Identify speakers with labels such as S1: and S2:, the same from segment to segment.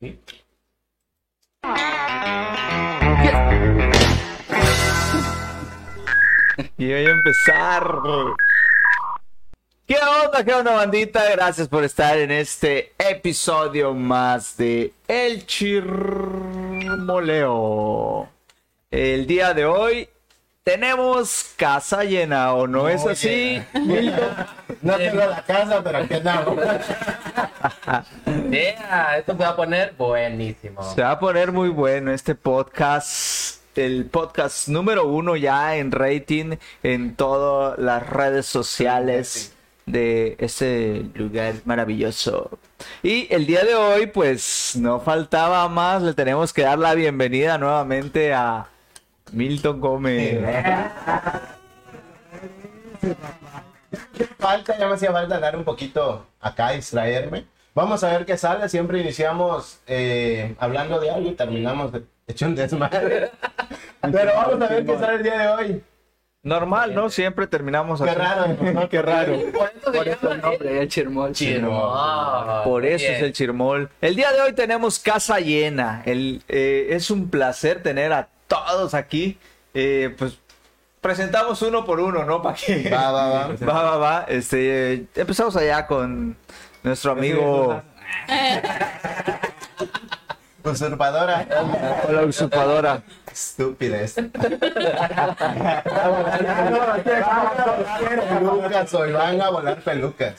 S1: ¿Sí?
S2: Y voy a empezar. ¿Qué onda, qué onda, bandita? Gracias por estar en este episodio más de El Chirmoleo. El día de hoy tenemos casa llena, ¿o no, es
S1: Oye.
S2: así?
S1: No tengo la casa, pero aquí andamos.
S3: Yeah, esto se va a poner buenísimo.
S2: Se va a poner muy bueno este podcast. El podcast número uno ya en rating en todas las redes sociales de ese lugar maravilloso. Y el día de hoy, pues no faltaba más. Le tenemos que dar la bienvenida nuevamente a Milton Gómez.
S1: Falta, ya me hacía falta andar un poquito acá, distraerme. Vamos a ver qué sale. Siempre iniciamos eh, hablando de algo y terminamos de- hecho un desmadre. Pero vamos a ver qué sale el día de hoy.
S2: Normal, ¿no? Siempre terminamos
S1: Qué
S2: así.
S1: raro, ¿no?
S2: Qué raro.
S3: Por eso se llama el
S4: nombre, el Chirmol.
S3: Chirmol.
S2: Por eso
S3: Bien.
S2: es el chirmol. El día de hoy tenemos casa llena. El, eh, es un placer tener a todos aquí. Eh, pues presentamos uno por uno, ¿no? ¿Para qué?
S1: Va, va, va.
S2: va, va, va. Este, eh, empezamos allá con nuestro amigo
S1: Usurpadora.
S2: o la usurpadora.
S1: Estúpides. Pelucas, hoy van a volar pelucas.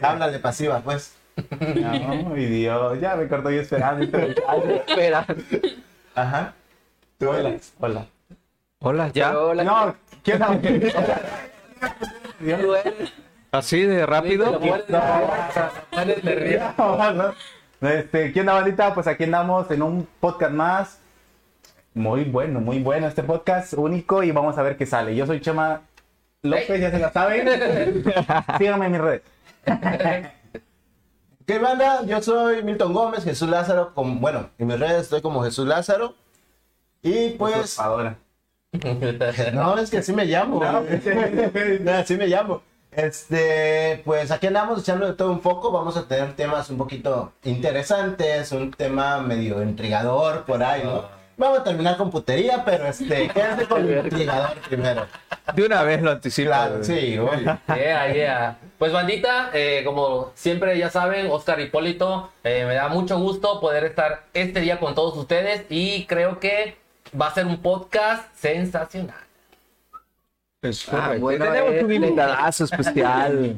S1: Háblale pasiva, pues.
S5: Ay, Dios, ya me cortó yo esperando.
S4: Espera.
S1: Ajá. Tú hablas.
S5: Hola.
S2: Hola, ya.
S4: Hola,
S5: No, ¿quién sabe?
S4: tú eres?
S2: Así de rápido.
S4: Dale, le río.
S5: No, no. Este, ¿Quién da bandita? Pues aquí andamos en un podcast más. Muy bueno, muy bueno este podcast, único y vamos a ver qué sale. Yo soy Chema López, ya se la saben. Síganme en mis redes.
S1: ¿Qué banda? Yo soy Milton Gómez, Jesús Lázaro. con- bueno, en mis redes estoy como Jesús Lázaro. Y pues.
S5: Usurpadora.
S1: No, es que así me llamo.
S5: No. pues,
S1: No, así me llamo. Este, pues aquí andamos echando de todo un poco. Vamos a tener temas un poquito interesantes, un tema medio intrigador por ahí, ¿no? Vamos a terminar con putería, pero este, quédense con el intrigador primero.
S2: De una vez lo anticipo.
S1: Claro, sí, obvio.
S3: Yeah, yeah. Pues bandita, eh, como siempre ya saben, Oscar Hipólito, eh, me da mucho gusto poder estar este día con todos ustedes y creo que va a ser un podcast sensacional.
S2: Es
S4: Ah,
S2: correcto.
S4: bueno,
S2: tenemos un
S4: este-
S2: invitadazo especial.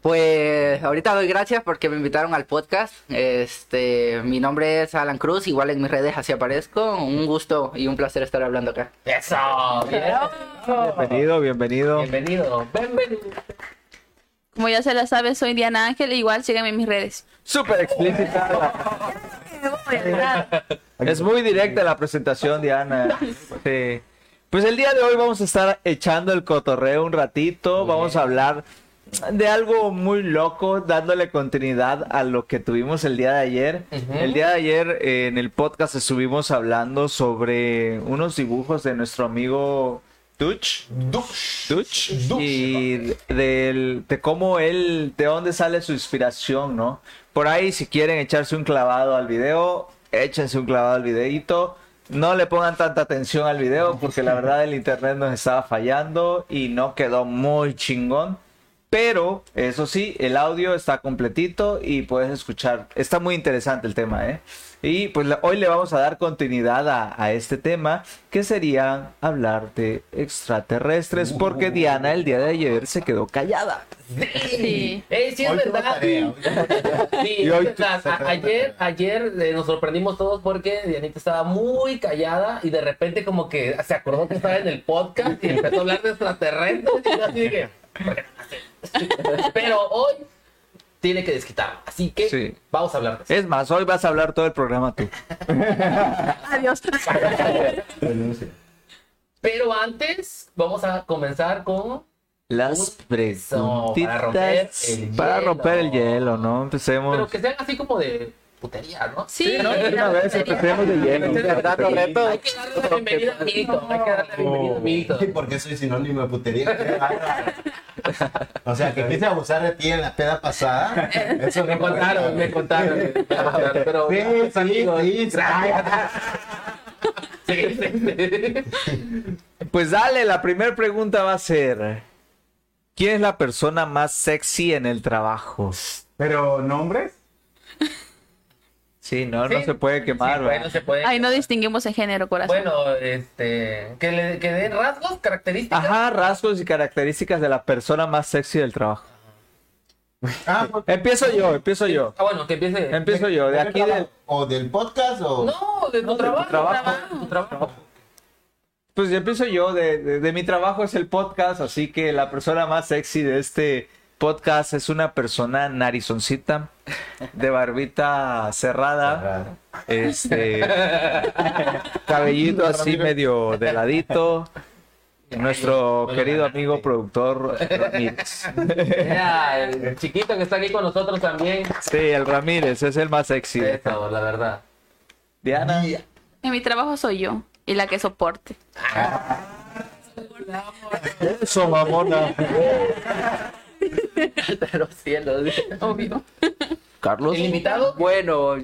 S4: Pues ahorita doy gracias porque me invitaron al podcast. Este, mi nombre es Alan Cruz, igual en mis redes así aparezco. Un gusto y un placer estar hablando acá.
S3: Eso, bien.
S2: bienvenido, bienvenido.
S3: bienvenido, bienvenido.
S6: Como ya se la sabe, soy Diana Ángel. Igual sígueme en mis redes.
S2: Súper explícita. Es muy directa la presentación, Diana. Sí. Pues el día de hoy vamos a estar echando el cotorreo un ratito. Vamos a hablar de algo muy loco, dándole continuidad a lo que tuvimos el día de ayer.
S3: Ujú.
S2: El día de ayer eh, en el podcast estuvimos hablando sobre unos dibujos de nuestro amigo Dutch. Dutch. Y del, de cómo él, de dónde sale su inspiración, ¿no? Por ahí, si quieren echarse un clavado al video, échense un clavado al videíto. No le pongan tanta atención al video porque la verdad el internet nos estaba fallando y no quedó muy chingón. Pero, eso sí, el audio está completito y puedes escuchar. Está muy interesante el tema, ¿eh? Y pues la- hoy le vamos a dar continuidad a, a este tema, que sería hablar de extraterrestres,
S3: Uh.
S2: porque Diana el día de ayer se quedó callada.
S3: Sí.
S6: Sí.
S3: Eh, sí, es
S1: Hoy tuvo
S3: verdad.
S1: tarea, hoy tuvo tarea.
S3: Sí,
S2: Y
S3: es
S2: hoy
S3: verdad.
S1: tú-
S3: A- ayer, ayer eh, nos sorprendimos todos porque Dianita estaba muy callada y de repente como que se acordó que estaba en el podcast y empezó a hablar de extraterrestres y yo así dije, pero hoy tiene que desquitar, así que
S2: Sí. Eh.
S3: vamos a hablar de eso.
S2: Es más, hoy vas a hablar todo el programa tú.
S6: Adiós.
S3: Pero antes vamos a comenzar con
S2: Las
S3: Eso, para romper
S2: preguntitas
S3: el
S2: para
S3: hielo.
S2: romper el hielo, ¿no? Empecemos.
S3: pero que sean así como de putería, ¿no?
S6: Sí,
S2: ¿no? De una
S6: la
S2: vez
S6: batería.
S2: empecemos de hielo.
S3: Hay que darle
S2: Oh.
S1: Oh.
S3: la bienvenida a Milton, hay que darle la bienvenida a Milton.
S1: ¿Y por qué soy sinónimo de putería? Qué bárbaro. O sea, que quise abusar de ti en la peda pasada. Eso
S3: Me
S1: no
S3: contaron, me contaron. Pero,
S1: Sí,
S3: pero
S1: sí,
S3: amigos.
S1: sí, Ah, sí.
S3: Sí, sí, sí.
S2: Pues dale, la primera pregunta va a ser: ¿Quién es la persona más sexy en el trabajo?
S5: Pero, ¿nombres?
S2: Sí, no, no
S3: Sí.
S2: se puede quemar,
S3: Sí,
S2: ¿verdad?
S3: bueno, se puede.
S6: Ahí no distinguimos el género, corazón.
S3: Bueno, este, que le que den rasgos, características.
S2: Ajá, rasgos y características de la persona más sexy del trabajo.
S1: Ah, pues,
S2: Empiezo yo, empiezo yo.
S3: Ah, bueno, que empiece.
S2: Empiezo yo, de aquí del.
S1: ¿O del podcast o...?
S3: No, de tu trabajo.
S2: trabajo.
S3: de tu trabajo.
S2: Pues yo empiezo yo, de, de- de mi trabajo es el podcast, así que la persona más sexy de este podcast es una persona narizoncita, de barbita cerrada,
S1: Ah,
S2: este, cabellito así medio de ladito, nuestro querido amigo productor Ramírez.
S3: Mira, el chiquito que está aquí con nosotros también.
S2: Sí, el Ramírez es el más sexy.
S3: Eso, la verdad.
S2: Diana.
S6: En mi trabajo soy yo y la que soporte.
S2: Eso, mamona.
S4: De los cielos.
S6: Obvio.
S4: Carlos.
S3: ¿El invitado?
S4: Bueno,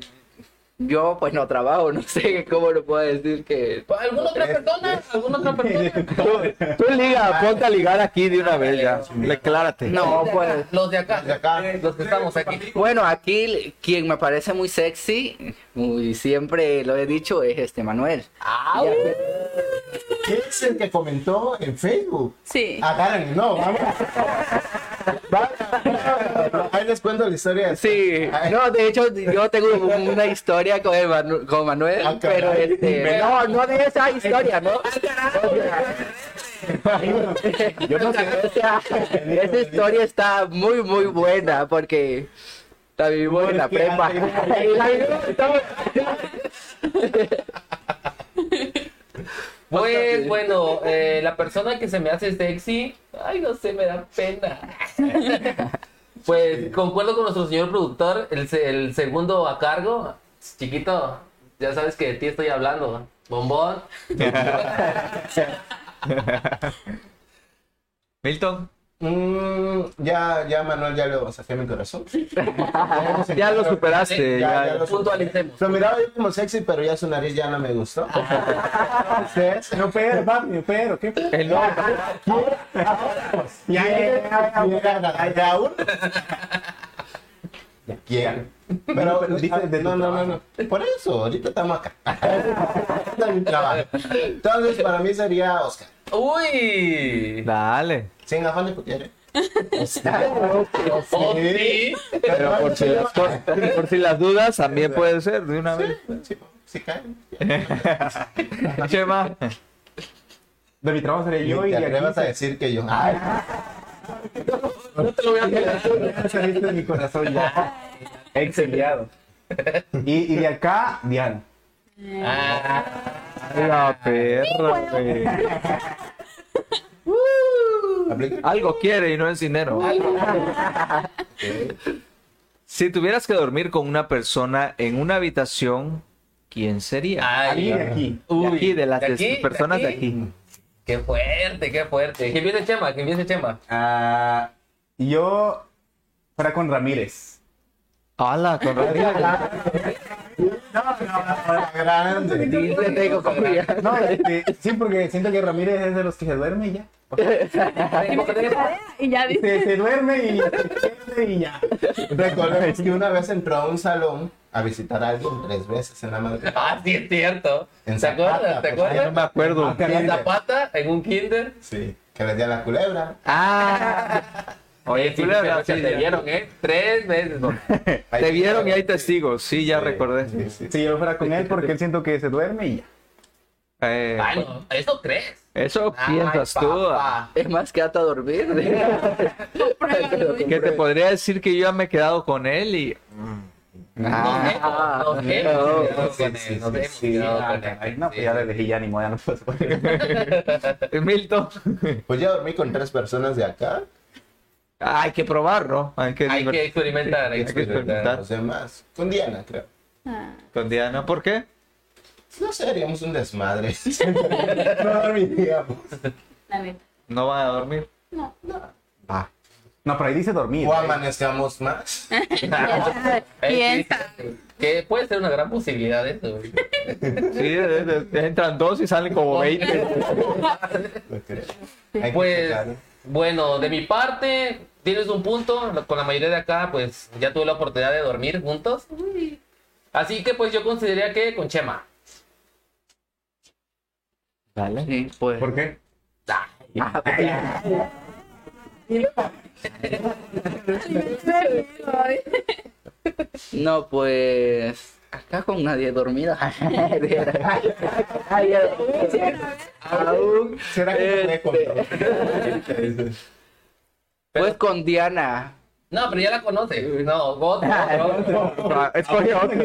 S4: yo pues no trabajo, no sé cómo lo puedo decir que.
S3: ¿Alguna otra persona? ¿Alguna otra persona?
S2: Tú liga, ponte a ligar aquí de una vez ya. Declárate.
S4: No, pues.
S3: Los de acá. Eh,
S1: Los de acá.
S3: Los que estamos aquí.
S4: Bueno, aquí quien me parece muy sexy, muy siempre lo he dicho, es este Manuel.
S3: ¡Au!
S1: ¿Qué Ah, es el que comentó en Facebook?
S6: Sí.
S1: Agárrenlo, no, vamos. Vaya, Ahí les cuento la historia.
S4: Sí, no, de hecho yo tengo una historia con, el Manu- con Manuel,
S1: Ah, caray.
S4: pero este, no, no de esa historia, ¿no?
S5: Ah, Yo no sé.
S4: O sea, esa historia está muy, muy buena porque la vivimos en la
S5: es que
S4: prepa.
S5: antes-
S4: La vivimos, estamos-
S3: Pues bueno, eh, la persona que se me hace sexy, ay no sé, me da pena. Pues concuerdo con nuestro señor productor, el, se- el segundo a cargo, chiquito, ya sabes que de ti estoy hablando, bombón.
S2: Milton.
S1: Mm, ya, ya, Manuel, ya lo saqué mi corazón.
S2: Ya lo superaste.
S1: Ya,
S2: ya.
S1: ya lo-
S3: Puntualicemos.
S1: Lo miraba yo como sexy, pero ya su nariz ya no me gustó. Entonces,
S5: No, pero, papi, pero, ¿qué?
S2: El no-
S5: Ya, ya, ya, ya.
S1: ya uno. Ya quiero. Pero
S5: pero dices de tu
S1: no, no, no, no. Por eso, ahorita estamos acá. Este es mi trabajo. Entonces, para mí sería Oscar.
S3: Uy.
S2: Dale.
S1: Sin afán de putear, ¿eh?
S3: Oh, sí.
S2: Pero por si las, co- por si las dudas, también puede ser de una vez.
S1: Sí, sí, caen.
S2: Chema.
S5: De mi trabajo sería
S1: Y
S5: yo y
S1: te
S5: de
S1: atrevas a
S5: aquí
S1: decir que yo. Ay,
S3: No te lo voy a negar.
S5: se- saliste de mi corazón ya. Exiliado. Y, y de acá, Diana.
S3: Ah,
S2: La perra, güey.
S1: aplica.
S2: Algo quiere y no es dinero. Si tuvieras que dormir con una persona en una habitación, ¿quién sería?
S5: Ahí
S3: ay,
S5: de aquí.
S2: De
S3: Ah, uy.
S2: aquí, de las
S3: ¿De
S2: des-
S3: aquí? ¿De
S2: personas de
S3: aquí?
S2: aquí.
S3: Qué fuerte, qué fuerte. Que viene Chema, que viene Chema.
S5: Ah, yo fuera con Ramírez.
S2: Hola, con Rodrigo.
S1: Grande.
S4: Sí, le tengo comida.
S5: No, este, sí, porque siento que Ramírez es de los que se duerme y ya.
S3: Ah,
S6: Y ya dice.
S5: Se, se duerme y se pierde y ya.
S1: Recordemos que una vez entró a un salón a visitar a alguien tres veces en la madre.
S3: Ah, sí, es cierto.
S1: En
S3: ¿Te
S1: Zapata,
S3: acuerdas? ¿Te
S1: pues,
S2: Ay, no me
S3: acuerdas?
S2: acuerdo.
S3: En Zapata, en un kinder.
S1: Sí. Que le di a la culebra.
S2: Ah. Oye,
S3: Sí,
S2: culebra,
S3: pero
S2: sí,
S3: se te
S2: ya.
S3: vieron, ¿eh? Tres veces. ¿no?
S2: Te vieron y hay testigos. Sí, ya recordé.
S1: Sí, sí.
S5: Si yo fuera con él, porque él siento que se duerme y ya.
S2: Eh,
S3: Bueno, eso tres.
S2: eso
S3: Ay,
S2: piensas tú. ah.
S3: papá.
S4: Es más que hasta dormir.
S2: Que te podría decir que yo ya me he quedado con él y.
S4: Ah.
S3: Nos hemos
S4: No,
S3: quedado
S1: sí,
S3: con
S1: sí,
S3: él, nos
S1: sí,
S3: hemos
S1: sí.
S3: quedado
S5: Ah,
S3: con él.
S5: caray, no, pues
S3: Sí.
S5: ya le dije ya ni modo, ya no puedo poner.
S2: eh, Milton.
S1: Pues yo dormí con tres personas de acá.
S2: Hay que probarlo. Hay que,
S3: Hay que
S2: divertir
S3: experimentar, hay que
S2: experimentar.
S3: experimentar.
S1: Los demás. Con Diana, creo.
S2: con Diana. ¿Por qué?
S1: No sé, haríamos un desmadre. no dormiríamos.
S6: La neta.
S2: No van a dormir.
S6: No, no.
S1: Va.
S5: No, pero ahí dice dormir.
S1: O amanezcamos más.
S6: Bien.
S3: Que puede ser una gran posibilidad eso. güey.
S2: Sí, de- de- de- entran dos y salen como 20.
S1: No creo. Hay que
S3: Pues,
S1: checarlo.
S3: bueno, de mi parte, tienes un punto. Con la mayoría de acá, pues ya tuve la oportunidad de dormir juntos. Así que, pues yo consideraría que con Chema.
S2: Dale.
S4: Sí, pues.
S5: ¿Por qué?
S3: Ah,
S4: Ah, pues, ya. No, pues. Acá con nadie dormido. Ay, ya. Aún,
S1: ¿Será que no puede contar?
S4: Pues con Diana.
S3: No, pero ya la conoce. No, vos,
S2: Ah, Escoge otro.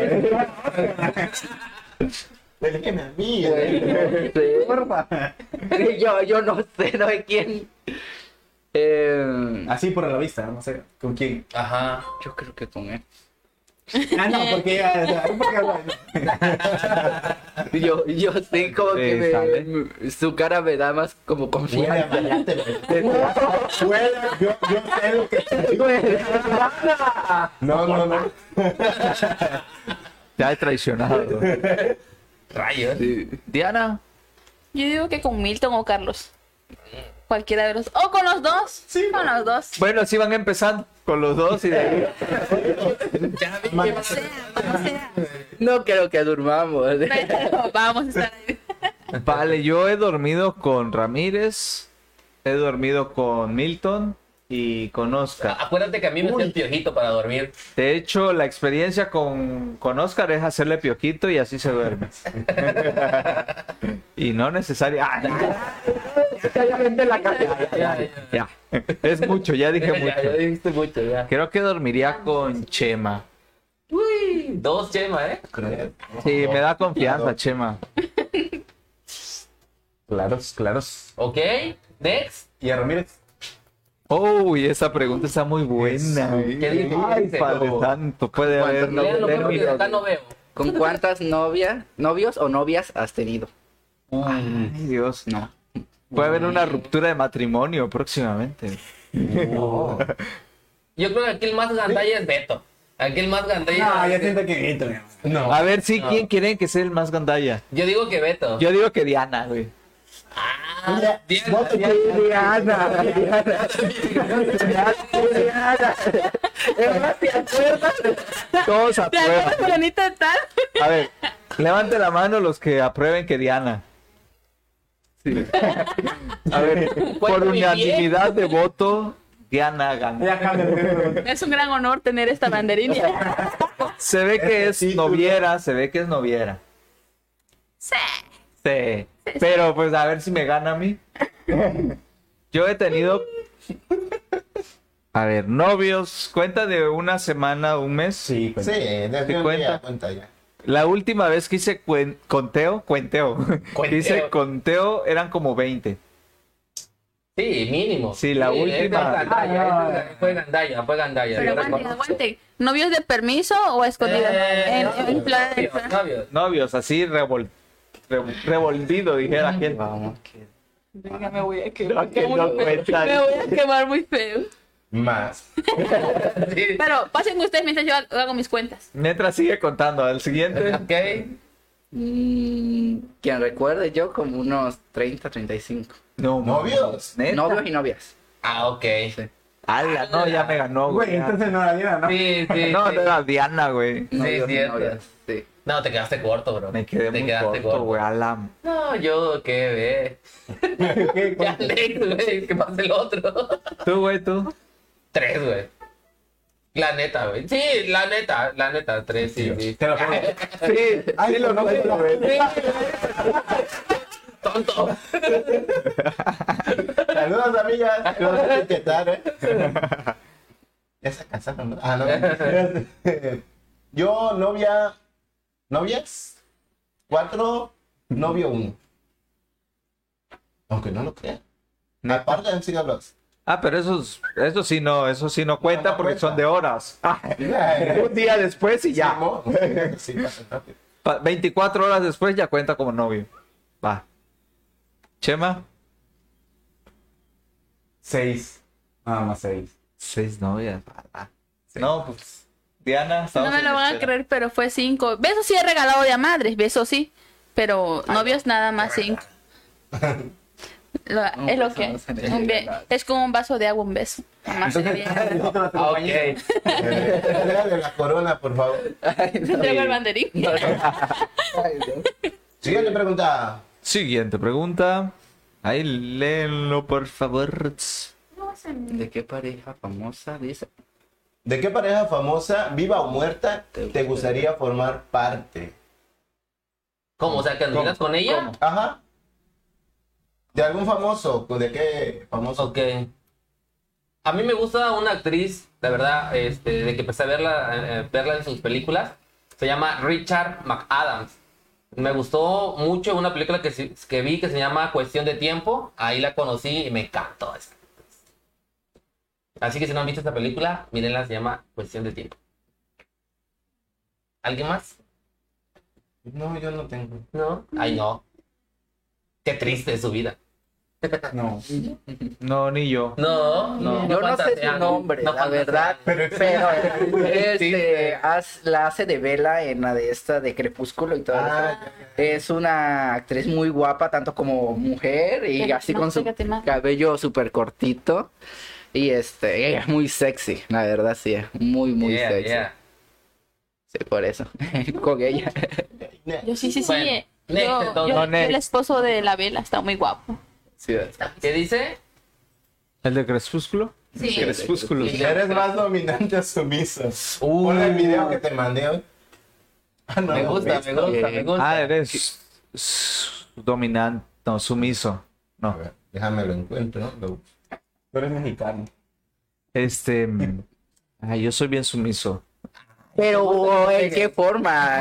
S1: Elígeme a mí.
S4: Pues, Sí. Yo, yo no sé, no sé quién. Eh,
S5: Así por la vista, no sé. ¿Con quién?
S3: Ajá.
S4: yo creo que con él.
S5: Ah, no, porque. ah, porque-
S4: Yo, yo sí, como
S2: Sí,
S4: que me-
S2: sale.
S4: me- su cara me da más como
S1: Huele a
S4: confianza.
S1: amarante, güey. Huele, yo, yo sé lo que te digo. No, no, no.
S2: Te ha traicionado.
S3: Rayos.
S2: Diana.
S6: Yo digo que con Milton o Carlos. Cualquiera de los. O con los dos. Sí. Con los dos.
S2: Bueno, así van empezando con los dos y de ahí.
S3: Ya vi que
S1: Man.
S3: va a
S6: O
S3: ser-
S6: sea, o sea,
S4: No creo que durmamos.
S6: pero vamos a estar ahí.
S2: Vale, yo he dormido con Ramírez, he dormido con Milton y con Oscar.
S3: Acuérdate que a mí me hacían piojito para dormir.
S2: De hecho, la experiencia con, con Oscar es hacerle piojito y así se duerme. y no necesario. ¡Ah!
S3: Ya, ya,
S2: ya. Es mucho, ya dije
S3: ya, ya
S2: mucho.
S3: dijiste mucho, ya.
S2: Creo que dormiría con Chema.
S3: Uy, dos Chema, ¿eh?
S1: Creo.
S2: Sí, me da confianza, Chema.
S5: Claros, claros.
S3: Ok, next.
S5: ¿Y a Ramírez?
S2: Uy, esa pregunta está muy buena.
S3: ¿Qué dijo?
S2: Ay,
S3: Dice,
S2: Padre
S3: no.
S2: Santo, puede
S4: ¿Cuántos
S2: haber.
S4: no-
S3: Léanlo,
S4: no,
S3: porque
S4: no,
S3: acá no veo.
S4: ¿Con cuántas novias, novios o novias has tenido?
S2: Ay, Dios.
S4: No.
S2: Puede haber una ruptura de matrimonio próximamente.
S3: Yo creo que aquí el más gandalla es Beto. Aquí el más gandalla.
S5: No, yo siento que Vito, ya.
S1: No.
S2: A ver, sí, ¿quién quiere que sea el más gandalla?
S3: Yo digo que Beto.
S2: Yo digo que Diana, güey.
S3: Ah,
S1: Mira,
S3: Diana.
S1: no te-
S2: Todos
S6: ¿Te acuerdas,
S2: aprueban.
S6: fulanito de tal?
S2: A ver, levante la mano los que aprueben que Diana. Sí. A ver, por
S3: Cuento mi
S2: unanimidad de voto, Diana gana.
S5: Ya cámbiale.
S6: Es un gran honor tener esta banderilla.
S2: Se ve que es noviera, se ve que es noviera.
S6: Sí.
S2: Sí. Pero pues a ver si me gana a mí. Yo he tenido. A ver, novios. Cuenta de una semana, un mes.
S5: Sí, pues.
S1: Sí, desde un
S2: cuenta?
S1: día cuenta ya.
S2: La última vez que hice cuen- conteo, cuenteo, que hice conteo eran como 20.
S3: Sí, mínimo.
S2: Sí, la última.
S3: esa es gandalla, esa es- Fue gandalla, fue gandalla.
S6: Pero
S3: yo
S6: aguante,
S3: reconozco.
S6: aguante. ¿Novios de permiso o escondidas?
S3: Eh,
S6: en,
S3: no,
S6: en plan-
S3: novios, novios.
S2: Novios, así revol- rev- revolvido, dijera gente.
S4: Vamos.
S6: Venga, me voy a quemar.
S2: que
S6: muy
S2: no
S6: feo.
S2: cuentan.
S6: me voy a quemar muy feo.
S1: Más.
S3: Sí.
S6: Pero pasen ustedes mientras yo hago mis cuentas.
S2: Mientras sigue contando, al siguiente.
S3: Ok.
S4: Mm, Quien recuerde yo como unos 30, 35.
S2: No,
S1: ¿Novios?
S2: ¿Neta?
S4: Novios y novias.
S3: Ah, ok. Sí,
S4: Sí.
S2: Ala, no, Oh, ya me ganó, güey.
S5: Güey, entonces no era Diana, ¿no?
S3: sí.
S6: eh,
S2: No,
S3: sí.
S2: no era Diana, güey.
S3: Sí,
S4: Novios y
S3: cierto.
S4: novias, sí.
S3: No, te quedaste corto, bro.
S2: Me quedé
S3: te
S2: muy
S3: quedaste
S2: corto, güey. Ala.
S3: No, yo qué ve.
S5: ¿Qué?
S3: Ya
S2: pues.
S3: Alex, güey, que pasa el otro.
S2: Tú, güey, tú.
S3: tres, güey. La neta, güey. Sí, la neta, la neta, tres, sí, sí.
S5: Te lo pongo.
S2: Sí, sí lo cuento, güey.
S3: Tonto.
S1: Saludos, amigas. Los voy a etiquetar, ¿eh? Esa casa no. Ah, no. Yo, novia. ¿Novias? Cuatro, novio uno. Aunque no lo crean. Aparte han sido los.
S2: Ah, pero esos, eso sí no, eso sí no cuenta
S1: No, no
S2: porque
S1: cuenta.
S2: son de horas. Ah,
S1: Ya,
S2: un día después y ya.
S1: Sí, pasa rápido.
S2: Pa- 24 horas después ya cuenta como novio. Va. Chema.
S5: Seis. Nada más seis.
S2: Seis novias. ah. No, pues. Diana,
S6: No me lo van a creer, pero fue cinco. Besos sí he regalado de a madres, besos sí. Pero novios nada más cinco. Lo- es
S3: pues,
S6: lo que.
S4: beso no se le
S6: un be-
S4: regala.
S6: es como un vaso de agua, un beso. Nada más se le regala.
S5: Nosotros te
S3: Ah, ok.
S5: acompañamos.
S1: Dale la corona, por favor.
S6: Te entrego el banderín.
S1: Siguiente pregunta.
S2: Siguiente pregunta. Ahí léenlo, por favor.
S4: ¿De qué pareja famosa dice?
S1: ¿De qué pareja famosa, viva o muerta, te gustaría formar parte?
S3: ¿Cómo? O sea, que anduviera con ella.
S1: Ajá. ¿De algún famoso? pues, ¿De qué famoso?
S3: Ok. A mí me gusta una actriz, la verdad, este, de que empecé a verla, eh, verla en sus películas. Se llama Richard McAdams. Me gustó mucho una película que, se- que vi que se llama Cuestión de Tiempo. Ahí la conocí y me encantó. esa. Así que si no han visto esta película, mírenla, se llama Cuestión de Tiempo. ¿Alguien más?
S1: No, yo no tengo.
S3: No. Ay, no. Qué triste es su vida.
S5: No.
S2: No, ni yo.
S3: No, no.
S4: Yo no sé su
S3: fantasean,
S4: nombre,
S3: no
S4: la verdad.
S3: fantasean.
S4: Pero, este, haz- la hace de Vela en la de esta de Crepúsculo y todo
S1: Ah,
S4: eso. Es una actriz muy guapa, tanto como mujer y
S6: Pégate
S4: así
S6: más,
S4: con su
S6: pégate más.
S4: cabello súper cortito. Y este, ella es muy sexy, la verdad, sí, es muy, muy
S3: Yeah,
S4: sexy.
S3: yeah.
S4: Sí, por eso, con ella.
S6: Yo sí, sí, sí.
S3: Bueno,
S6: eh.
S3: next,
S6: Yo-
S3: entonces.
S6: yo-
S2: No,
S6: yo
S2: next.
S6: el esposo de la vela está muy guapo.
S4: Sí,
S3: ¿Qué dice?
S2: ¿El de Crepúsculo?
S6: Sí.
S2: Crepúsculo.
S3: Sí.
S1: ¿Eres más dominante o sumiso?
S3: Uh.
S1: Ponle el video que te mandé hoy. Ah, no, eh.
S3: Me
S1: lo
S3: gusta,
S1: ves.
S3: me gusta, me
S4: Bien.
S3: gusta.
S2: Ah, eres s- dominante. No, sumiso.
S1: A
S2: No.
S1: ver, déjame lo encuentro. lo-
S5: Tú eres mexicano.
S2: Este. mm, ay, yo soy bien sumiso.
S4: Pero, oh, ¿en qué forma?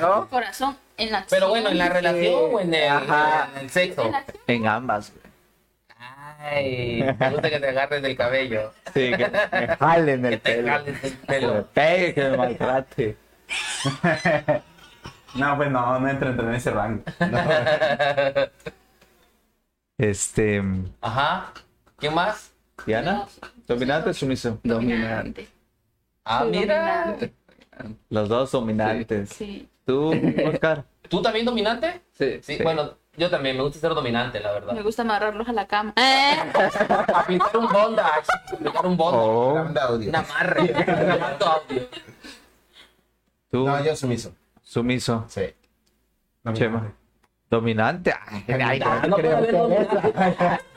S4: ¿No?
S6: Corazón en la
S3: Pero bueno, en la relación o en el,
S4: Ajá.
S3: en el sexo.
S2: En ambas. güey.
S3: Ay, me gusta que te agarres del cabello.
S2: Sí, que me jalen
S3: Que
S2: el
S3: te
S2: pelo.
S3: jales del
S2: Que me
S3: pelo.
S2: pegue, que me maltrate.
S5: No, pues no, no entra en ese rango.
S2: Este. mm,
S3: Ajá. ¿Qué más?
S2: Diana, dominante o sumiso.
S4: Dominante.
S3: Ah,
S6: Soy
S3: mira.
S6: dominante.
S2: Los dos dominantes.
S6: Sí.
S2: Tú, Oscar.
S3: ¿Tú también dominante?
S4: Sí.
S3: Sí,
S2: Sí.
S3: bueno, yo también me gusta ser dominante, la
S6: Me
S3: verdad.
S6: gusta amarrarlos a la cama. Eh,
S3: Aplicar un bondage. Aplicar un bondage.
S2: Oh,
S1: Manda audio.
S3: Un amarre. Un amarre audio.
S2: tú,
S1: No, yo sumiso.
S2: sumiso.
S1: Sí.
S2: Chema. Dominante. Ay, ay,
S3: No puede haber dominante.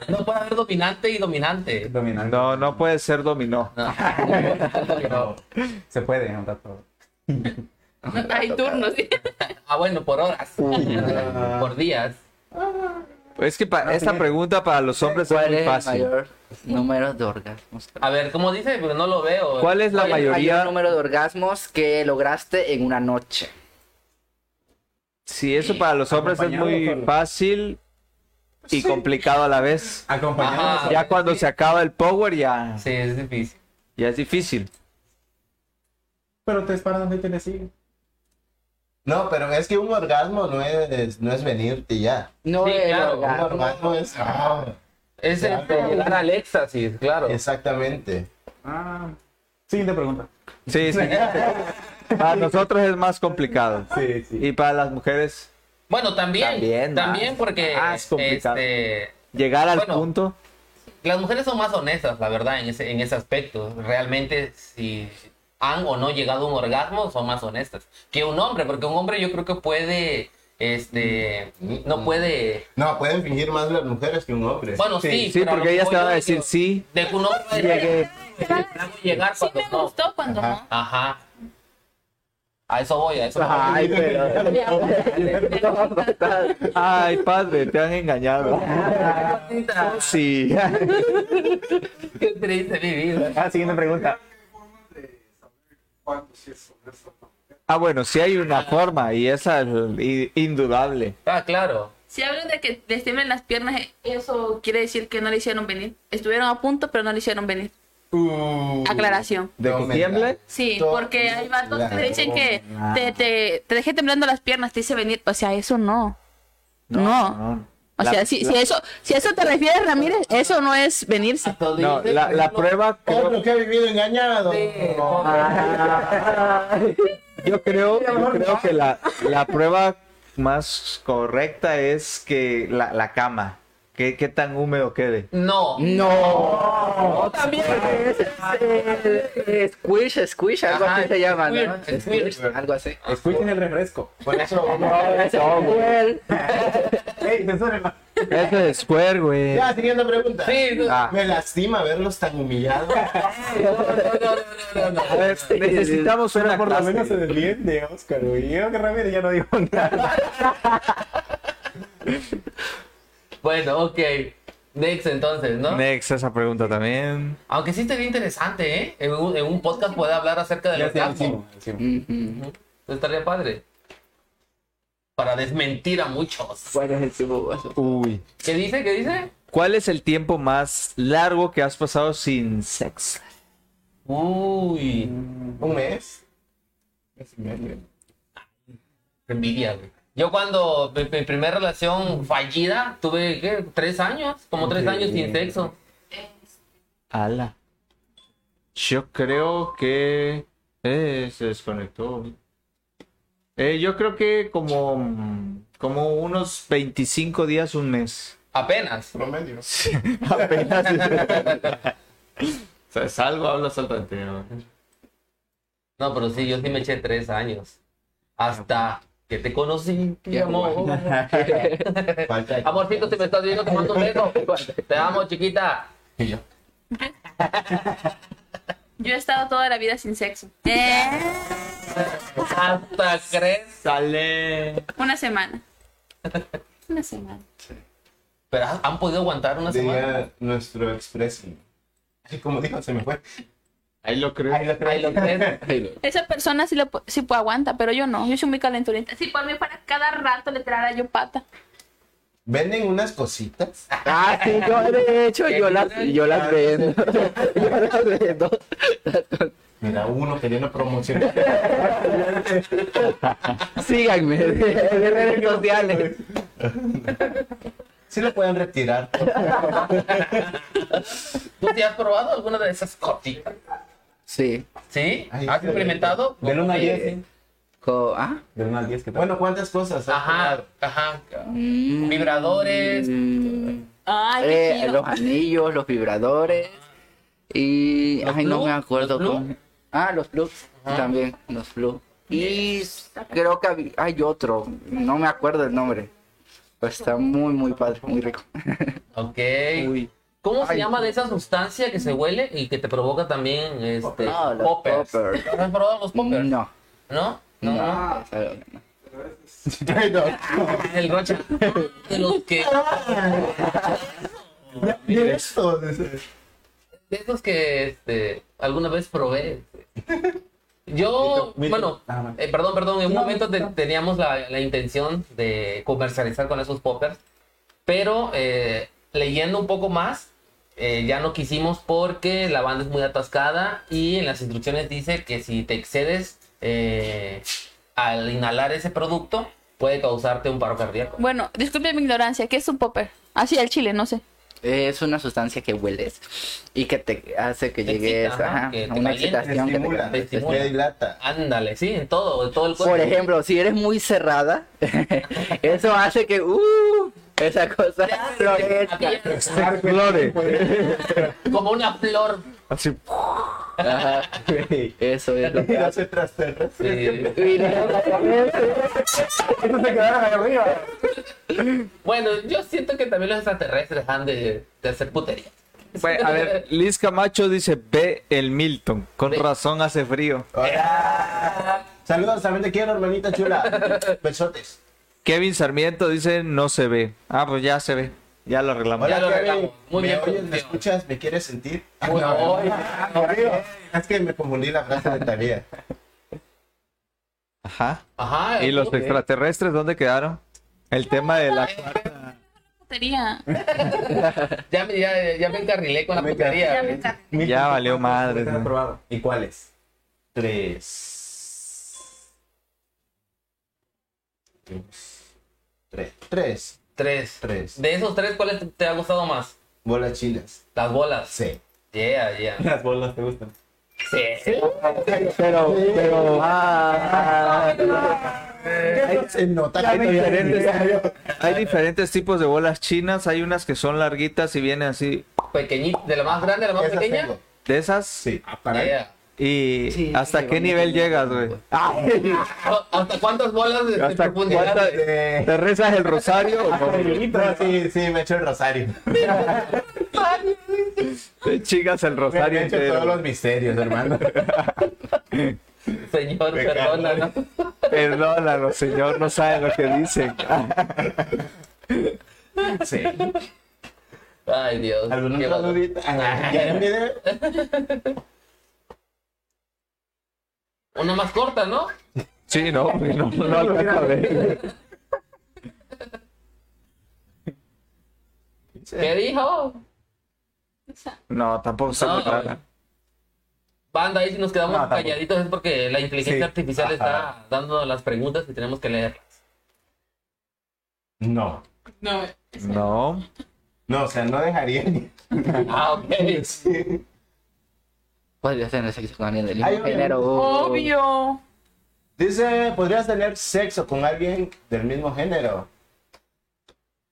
S3: No puede haber dominante y dominante.
S5: Dominante.
S2: No, no puede ser dominó.
S3: No.
S5: Se puede en un rato.
S6: hay turnos. ¿sí?
S3: Ah, bueno, por horas. por días.
S2: Es que pa- esta pregunta para los hombres es
S4: ¿Cuál
S2: muy
S4: es el
S2: fácil.
S4: mayor número de orgasmos?
S3: A ver, ¿cómo dice? Porque no lo veo.
S2: ¿Cuál es la
S4: ¿Cuál es el mayor
S2: mayoría?
S4: número de orgasmos que lograste en una noche?
S2: Si eso para los hombres es muy
S5: Acompañado,
S2: fácil y complicado a la vez.
S5: Acompañado.
S3: Ajá.
S2: Ya cuando se acaba el power ya,
S3: Sí, es difícil.
S2: ya es difícil.
S5: Pero te disparan donde te le sigue.
S1: No, pero es que un orgasmo no es, no es venirte y ya.
S4: No
S3: Sí,
S4: el
S3: claro,
S1: Un
S4: orgasmo.
S1: orgasmo es. ah,
S3: Es
S1: Claro.
S3: este, llegar al éxtasis, claro.
S1: exactamente.
S5: Ah. Siguiente pregunta.
S2: Sí, sí. Para nosotros es más complicado.
S5: Sí, sí.
S2: Y para las mujeres
S3: Bueno, también. También,
S2: También, más-
S3: porque
S2: más complicado.
S3: este,
S2: llegar al
S3: Bueno.
S2: punto.
S3: las mujeres son más honestas, la verdad, en ese, en ese aspecto. Realmente, si han o no llegado a un orgasmo, son más honestas que un hombre, porque un hombre yo creo que puede, este, no puede...
S1: No, pueden fingir más las mujeres que un hombre.
S3: Bueno, sí,
S2: Sí,
S3: pero a
S2: porque
S3: lo
S2: ellas
S3: que
S2: te
S3: voy
S2: van a
S3: yo
S2: decir
S3: digo,
S2: sí.
S3: De que un hombre va a decir,
S2: Llegué.
S3: "Logramos llegar
S6: Sí
S3: cuando
S6: me
S3: no.
S6: gustó cuando
S1: Ajá.
S3: Ajá. A eso voy, a eso voy.
S4: Ay, pero...
S2: Ay, padre, te han engañado.
S3: Bonita.
S2: Sí.
S3: Qué triste mi vida.
S5: Ah, siguiente pregunta.
S2: Ah, bueno, sí hay una forma y esa es i- indudable.
S3: Ah, claro.
S6: Si hablan de que les tiemblen las piernas, eso quiere decir que no le hicieron venir. Estuvieron a punto, pero no le hicieron venir. Aclaración.
S2: ¿De
S1: No
S2: que
S1: me
S2: tiemble?
S1: la-
S6: Sí,
S1: To-
S6: porque hay vatos que
S1: la-
S6: te dicen que te, te, te dejé temblando las piernas, te hice venir. O sea, eso no. No.
S2: no.
S6: O
S2: La-
S6: sea, si,
S2: la-
S6: si eso, si a eso te refieres, Ramírez, eso no es venirse.
S3: Hasta donde
S2: No,
S3: yo sé,
S2: la,
S3: por
S2: la
S3: ejemplo,
S2: prueba que
S1: Otro que ha vivido engañado.
S3: Sí,
S1: No.
S2: yo creo, yo creo que la, la prueba más correcta es que la, la cama, que qué tan húmedo quede.
S3: No.
S4: No, también es, es, es squish, squish, algo
S3: Ajá,
S4: así se llama, ¿no?
S3: squirt, squirt.
S4: Squirt, algo así.
S5: Escuchen el refresco.
S1: Por eso vamos
S5: Ey, censúrenlo.
S2: Eso es square, güey.
S1: Ya, siguiente pregunta.
S3: Sí, no,
S2: Ah.
S1: Me lastima verlos tan humillados.
S3: no, no, no, no, no,
S2: A ver, necesitamos una
S5: Pero por lo
S2: clase.
S5: menos se desvíen de Oscar, güey. Yo que Ramírez ya no dijo nada.
S3: Bueno, ok. Next entonces, ¿no?
S2: Next, esa pregunta también.
S3: Aunque sí estaría interesante, ¿eh? En un, en un podcast poder hablar acerca del
S5: Ya se
S3: orgasmo.
S5: encima, encima.
S4: Ujú.
S3: Estaría padre. Para desmentir a muchos.
S4: ¿Cuál es el tipo vaso?
S2: Uy.
S3: ¿Qué dice? ¿Qué dice?
S2: ¿Cuál es el tiempo más largo que has pasado sin sexo?
S3: Uy.
S1: Un mes.
S3: Qué Envidia, güey. Yo cuando mi, mi primera relación fallida, tuve, ¿qué? Tres años, como tres años sin sexo.
S2: Ala. Yo creo que. Eh, se desconectó. Eh, yo creo que como. mm, Como unos 25 días, un mes.
S3: Apenas.
S1: Promedio.
S2: Apenas. O sea, Salgo, hablas al tanteo.
S3: No, pero sí, yo sí me eché tres años. Hasta que te conocí, mi
S4: Ya,
S3: amor.
S1: Falta de-
S3: Amorcito, si me estás viendo, te mando un beso. Te amo, chiquita.
S1: Y yo.
S6: Yo he estado toda la vida sin sexo.
S3: Hasta crees.
S2: Sale.
S6: Una semana. Una semana.
S3: Pero ¿han- han podido aguantar una semana.
S1: Diría nuestro expreso. Así como dijo, se me fue.
S2: Ahí lo creo.
S1: Ahí lo
S3: Ahí lo crees.
S6: Esa persona sí, lo, pu- sí pu- aguanta, pero yo no. Yo soy muy calenturienta. Si por mí para cada rato le tirara yo pata.
S1: Venden unas cositas.
S4: Ah, sí, yo de hecho, yo las, yo las vendo. Yo las vendo.
S1: Mira, uno queriendo promocionar.
S4: Síganme, en redes sociales.
S1: Sí lo pueden retirar.
S3: ¿Tú te has probado alguna de esas cositas?
S4: Sí.
S3: ¿Sí?
S1: Ay,
S3: ¿Has implementado?
S5: Del 1 al
S3: Sí.
S5: 10. ¿sí?
S4: Co- ah,
S5: Del 1 al 10, ¿qué tal?
S1: Bueno, ¿cuántas cosas? Ah, has
S3: Ajá,
S1: probado?
S3: ajá. Vibradores.
S4: mm,
S6: Ay,
S4: eh,
S6: qué chido.
S4: los anillos, los vibradores. Y.
S3: ¿Los
S4: ay, no
S3: blue?
S4: me acuerdo
S3: ¿Los blue?
S4: cómo- Ah, los blue. También, los blue. Y creo que hab- hay otro. No me acuerdo el nombre. Pero está muy, muy padre, muy rico.
S3: Ok.
S4: Uy.
S3: ¿Cómo se
S4: Ay.
S3: llama de esa sustancia que se huele y que te provoca también este
S4: Ah, los
S3: poppers?
S4: poppers.
S3: ¿No has probado los poppers?
S4: No.
S3: ¿No? No.
S4: No, es algo que no.
S3: El rocha. De los que
S1: ¿Y esto?
S3: de esos que este, alguna vez probé. Yo,
S5: Mito, mito.
S3: bueno,
S5: Ah, vale.
S3: eh, perdón, perdón, en un momento te- teníamos la, la intención de comercializar con esos poppers, pero eh, leyendo un poco más, eh, ya no quisimos porque la banda es muy atascada y en las instrucciones dice que si te excedes eh, al inhalar ese producto, puede causarte un paro cardíaco.
S6: Bueno, disculpe mi ignorancia. ¿Qué es un popper? Así al chile, no sé.
S4: Es una sustancia que hueles y que te hace que
S3: Te
S4: llegues
S3: excita, ajá,
S4: ajá,
S3: que
S4: a
S3: te
S4: una
S3: caliente,
S4: excitación que te
S1: Estimula,
S4: caliente.
S3: te estimula.
S1: te dilata.
S3: Ándale, sí, en todo, en todo el cuerpo.
S4: Por ejemplo, si eres muy cerrada, eso hace que uh, esa cosa florezca.
S3: Aquella-
S2: Flores.
S3: como una flor.
S2: Así.
S4: Ajá,
S5: Güey,
S4: Eso es lo
S1: Y
S4: que
S1: las
S4: hace.
S1: otras terras.
S3: Sí.
S4: Y la-
S5: Estos se quedaron ahí arriba.
S3: Bueno, yo siento que también los extraterrestres han de, de hacer putería.
S2: Bueno, a ver, Liz Camacho dice: Ve el Milton. Con
S3: Ve.
S2: razón hace frío.
S1: Hola. Saludos, también te quiero, hermanita chula. Besotes.
S2: Kevin Sarmiento dice no se ve. Ah, pues ya se ve. Ya lo arreglamos.
S1: Hola,
S3: lo
S1: Kevin.
S3: arreglamos. Muy
S1: ¿Me
S3: bien,
S1: oyes? ¿Me
S3: producción.
S1: escuchas? ¿Me quieres sentir? Ah,
S3: Muy
S1: no,
S3: bien.
S1: no, ah, por Dios. Es que me confundí la frase de Talía.
S2: Ajá.
S3: Ajá.
S2: ¿Y los
S3: ok.
S2: extraterrestres dónde quedaron? El tema de la...
S6: Putería.
S3: Eh, Ya, me- ya, ya me encarrilé con la
S1: Me
S3: putería.
S6: Ya me
S3: güey.
S6: encargo.
S2: Ya valió madre.
S5: ¿Cuántos han
S2: ¿no?
S5: probado? ¿Y cuáles?
S1: Tres. Tres. Tres.
S3: Tres.
S1: Tres.
S3: De esos tres, ¿cuáles te ha gustado más?
S1: Bolas chinas.
S3: Las bolas.
S1: Sí.
S3: Yeah, yeah.
S5: Las bolas te gustan.
S3: Sí.
S5: Pero, pero.
S1: Se nota
S5: Ya
S1: que
S5: me
S1: todavía no
S5: interesa.
S1: salió.
S2: Hay diferentes tipos de bolas chinas. Hay unas que son larguitas y vienen así.
S3: Pequeñita, de la más grande a la más
S1: Esas
S3: pequeña.
S1: tengo.
S2: De esas.
S1: Sí.
S3: Yeah.
S2: ¿Y
S4: Sí,
S2: hasta
S4: sí,
S2: qué
S4: vamos
S2: nivel
S4: a-
S2: llegas, güey?
S3: ¿O- Oh, ¿Hasta cuántas bolas de, de
S2: ¿Hasta
S3: profundidad?
S2: cuántas-
S3: güey?
S1: Eh,
S2: ¿Te rezas el rosario?
S1: no, sí, sí, me echo el rosario.
S2: Te chingas el
S1: Me
S2: rosario
S1: me echo todos los
S2: entero.
S1: misterios, hermano.
S3: Señor,
S1: Me
S3: perdona. ¿no?
S2: Perdónalo, señor, no saben lo que dicen.
S1: Sí.
S3: Ay, Dios.
S1: ¿Alguna
S3: qué
S1: otra
S3: valor.
S1: dudita? Ah, ¿Ya viene?
S3: Una más corta, ¿no?
S2: Sí, no, güey, no, no alcanzo a ver.
S3: ¿Qué dijo?
S2: No, tampoco está muy
S3: No,
S2: rara.
S3: Banda, ahí si nos quedamos
S5: No, tampoco.
S3: calladitos es porque la inteligencia
S5: Sí.
S3: artificial
S5: Ajá.
S3: está dando las preguntas y tenemos que leer.
S1: No.
S6: No.
S2: No.
S1: No, o sea, no dejaría ni.
S3: Ah, ok.
S4: Podrías tener sexo con alguien del
S1: Ay,
S4: mismo
S1: obviamente.
S4: género. uh.
S6: Obvio.
S1: Dice, ¿podrías tener sexo con alguien del mismo género?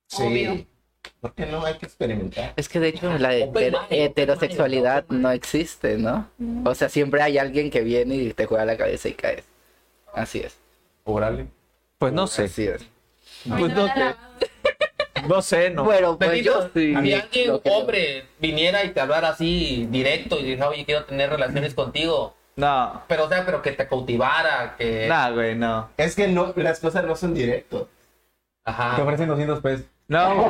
S1: Sí.
S6: Obvio.
S1: ¿Por qué no hay que experimentar?
S4: Es que de hecho la
S3: Open
S4: heter-
S3: mind,
S4: heterosexualidad
S3: open mind.
S4: no existe, ¿no? O sea, siempre hay alguien que viene y te juega la cabeza y caes. Así es.
S5: Órale.
S2: Pues no sé.
S4: Así es.
S2: Pues no, te- no sé, no.
S4: Bueno, pues
S3: Betito,
S4: yo sí.
S3: si alguien,
S4: lo creo.
S3: hombre, viniera y te hablara así directo y dijera, oye, quiero tener relaciones contigo,
S2: No.
S3: pero o sea, pero que te cautivara, que...
S2: Nah, güey, no.
S1: Es que no, las cosas no son directo.
S5: Te
S3: Ajá.
S5: ofrecen 200 pesos.
S2: No.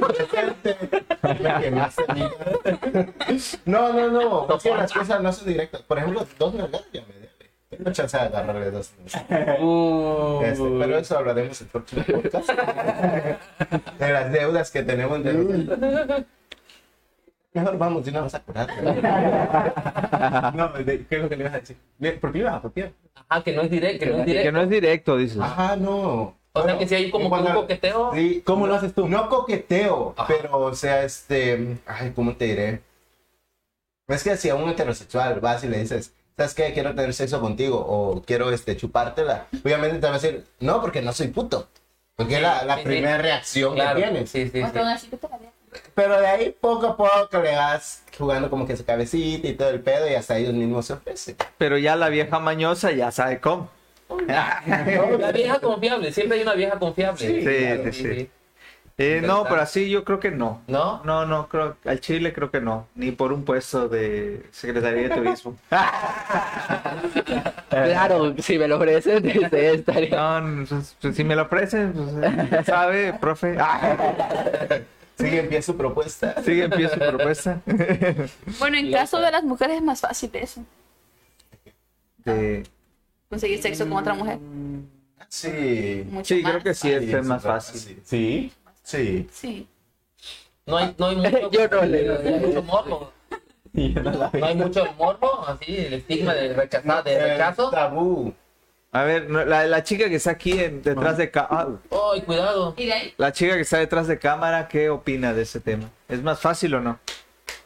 S1: Lo que más te digo. no, no, no. Es que las cosas no son directas. Por ejemplo, dos nalgadas ya me debe. Tengo chance de agarrarle dos.
S3: Uh.
S1: Este, pero eso hablaremos en el próximo podcast. De las deudas que tenemos. De... Mejor vamos de una vez a curar.
S5: No, de- ¿qué es lo que le ibas a decir? Bien, ¿Por qué ibas a copiar?
S3: Ajá, que no es directo, que no es
S2: Que
S3: directo.
S2: no es directo, dices.
S1: Ajá, no.
S3: O sea,
S1: Bueno,
S3: que si hay como que un
S1: cuando-
S3: coqueteo...
S1: Sí,
S5: ¿Cómo lo haces tú?
S1: No coqueteo,
S3: Ajá.
S1: pero, o sea, este. Ay, ¿cómo te diré? Es que si a un heterosexual vas y le dices, ¿sabes qué? Quiero tener sexo contigo o quiero este, chupártela. Obviamente te va a decir, no, porque no soy puto. Porque es la, la
S3: Sí, sí.
S1: primera reacción
S3: Claro,
S1: que tienes.
S3: sí, sí, sí.
S6: Hasta así que te la
S1: Pero de ahí poco a poco le vas jugando como que su cabecita y todo el pedo y hasta ellos mismos se ofrecen.
S2: Pero ya la vieja mañosa ya sabe cómo.
S3: La vieja confiable, siempre hay una vieja confiable.
S1: Sí,
S2: sí, sí. Eh, no, pero así yo creo que no.
S3: ¿No?
S2: No, no, creo, al Chile creo que no. Ni por un puesto de Secretaría de Turismo.
S4: Claro, si me lo ofrecen, este, estaría.
S2: No, no, pues, pues, si me lo ofrecen, pues, eh, sabe, profe. Ah,
S1: Sigue en pie su propuesta.
S2: sigue en pie su propuesta.
S6: Bueno, en caso de las mujeres es más fácil eso.
S2: De-
S6: Conseguir sexo con otra mujer.
S3: Mm.
S1: Sí.
S6: Mucho
S2: Sí,
S6: más.
S2: creo que sí, este es más fácil.
S5: Sí.
S1: Sí.
S6: Sí.
S3: No hay, no hay mucho,
S4: Yo no le-
S3: no hay mucho morbo. No hay mucho morbo, así, el estigma de rechazar, Ah, de
S1: El
S3: rechazo.
S1: Tabú.
S2: A ver, no, la, la chica que está aquí en- detrás de ca- ah,
S3: Ay, cuidado.
S6: ¿Y de ahí?
S2: la chica que está detrás de cámara, ¿qué opina de ese tema? ¿Es más fácil o no?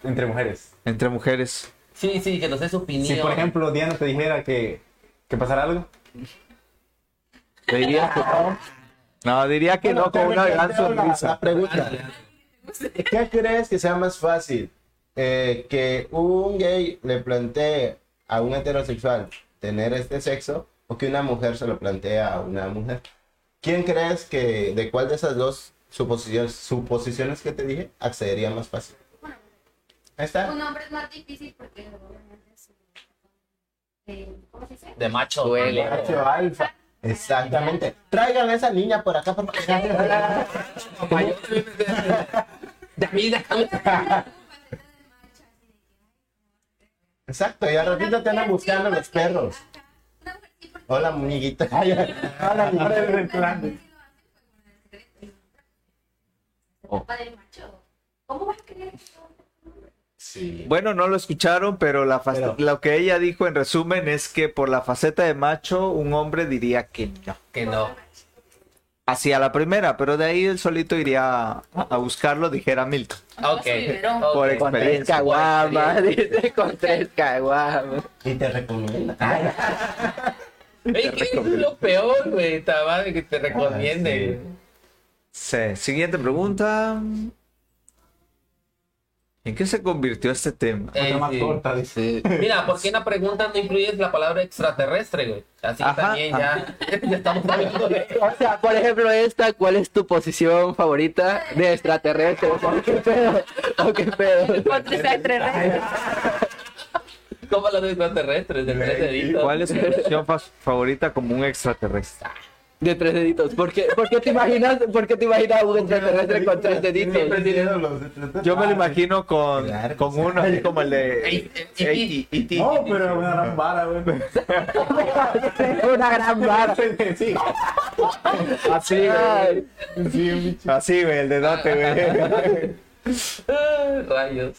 S5: Entre mujeres.
S2: Entre mujeres.
S3: Sí, sí, que nos des opinión.
S5: Si, por ejemplo, Diana te dijera que, que pasara algo.
S2: ¿Le dirías que no? No, diría que no con una gran
S1: La
S2: sonrisa.
S1: pregunta. ¿Qué crees que sea más fácil? Eh, que un gay le plantee a un heterosexual tener este sexo o que una mujer se lo plantea a una mujer. ¿Quién crees que de cuál de esas dos suposiciones, suposiciones que te dije accedería más fácil? Ahí está.
S7: Un hombre es más difícil porque obviamente su- eh, ¿Cómo se dice?
S3: De macho.
S4: Duele.
S1: Macho alfa. Exactamente. Traigan a esa niña por acá por favor.
S3: De mí, déjame.
S1: Exacto, y al ratito te andan buscando los perros.
S7: Una mujer sí, porque
S1: Hola, muñequita. Hola,
S5: Ahora,
S7: si lo hace, pues, bueno, el secreto es un secreto. Se tapa de macho. ¿Cómo vas a creer que yo-
S1: Sí.
S2: Bueno, no lo escucharon, pero, la fac-
S1: Pero-
S2: lo que ella dijo en resumen es que por la faceta de macho, un hombre diría que no.
S3: Que no.
S2: Hacia la primera, pero de ahí él solito iría a, a buscarlo, dijera Milton.
S3: Ok.
S6: Paso biberón.
S2: Por
S3: ok.
S4: Con tres
S2: experiencia.
S4: caguamas, dice, con tres caguamas.
S1: Y te recomienda.
S5: Ah,
S3: Ey, ¿qué es lo peor, güey? Esta madre que te recomiende.
S2: Sí. Siguiente pregunta. ¿En qué se convirtió este tema?
S3: Ey,
S5: Otra más
S3: sí.
S5: corta, dice.
S3: Mira, ¿por qué en la pregunta no incluyes la palabra extraterrestre, güey? Así
S2: Ajá,
S3: también ya, ya estamos hablando de...
S4: O sea, por ejemplo, esta, ¿cuál es tu posición favorita de extraterrestre? ¿O qué pedo? ¿O qué pedo?
S6: Otro extraterrestre.
S3: ¿Cómo hablar de extraterrestres? De tres deditos.
S2: ¿Cuál es tu posición fa- favorita como un extraterrestre?
S4: De tres deditos. ¿Por qué, por qué te imaginas, por qué te imaginas un extraterrestre con tres
S5: Siempre
S4: deditos?
S5: tienen los de tres dedos.
S2: Yo me lo imagino con,
S1: Claro.
S2: con uno así como el de...
S3: Ey, ey, ey, ey.
S5: No, pero una gran vara, güey.
S4: Una gran vara.
S5: Sí,
S2: Así, güey.
S4: Ay,
S5: sí,
S2: Así, güey, el dedote, güey.
S3: Ah, Rayos.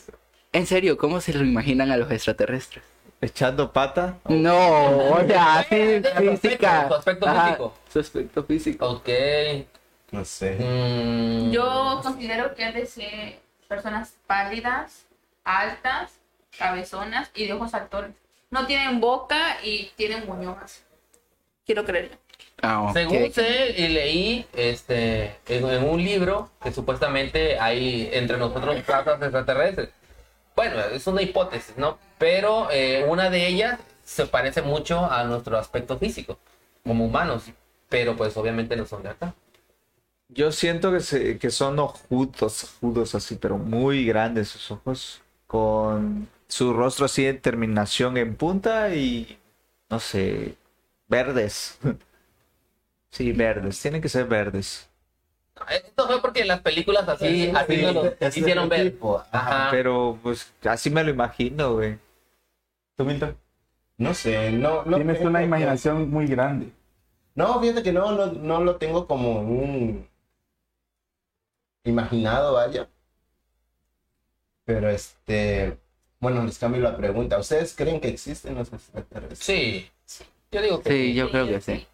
S4: En serio, ¿cómo se lo imaginan a los extraterrestres?
S2: Echando pata.
S4: No, o sea, así
S3: Su aspecto,
S4: física.
S3: su aspecto
S4: Ajá,
S3: físico.
S4: Su aspecto físico.
S3: Ok.
S1: No sé.
S3: Mm.
S6: Yo considero que es de ser personas pálidas, altas, cabezonas y de ojos saltones. No tienen boca y tienen muñones. Quiero creer.
S4: Ah, ok.
S3: Según sé y leí este, en, en un libro que supuestamente hay entre nosotros razas extraterrestres. Bueno, es una hipótesis, ¿no? Pero eh, una de ellas se parece mucho a nuestro aspecto físico, como humanos. Pero pues obviamente no son de acá.
S2: Yo siento que, se- que son ojudos, ojudos así, pero muy grandes sus ojos. Con su rostro así de terminación en punta y, no sé, verdes. Sí, verdes. Tienen que ser verdes.
S3: Esto fue porque las películas así,
S1: Sí,
S3: así
S1: sí,
S3: nos lo
S1: es
S3: hicieron ver.
S1: estereotipo.
S3: Ajá.
S2: Pero, pues, así me lo imagino, güey.
S5: ¿Tú, Milton?
S1: No sé, no. no
S5: Tienes
S1: tengo-
S5: una imaginación muy grande.
S1: No, fíjate que no, no, no lo tengo como un imaginado, vaya. Pero este, bueno, les cambio la pregunta. ¿Ustedes creen que existen los extraterrestres?
S3: Sí. Yo digo que
S4: Sí, yo creo que sí.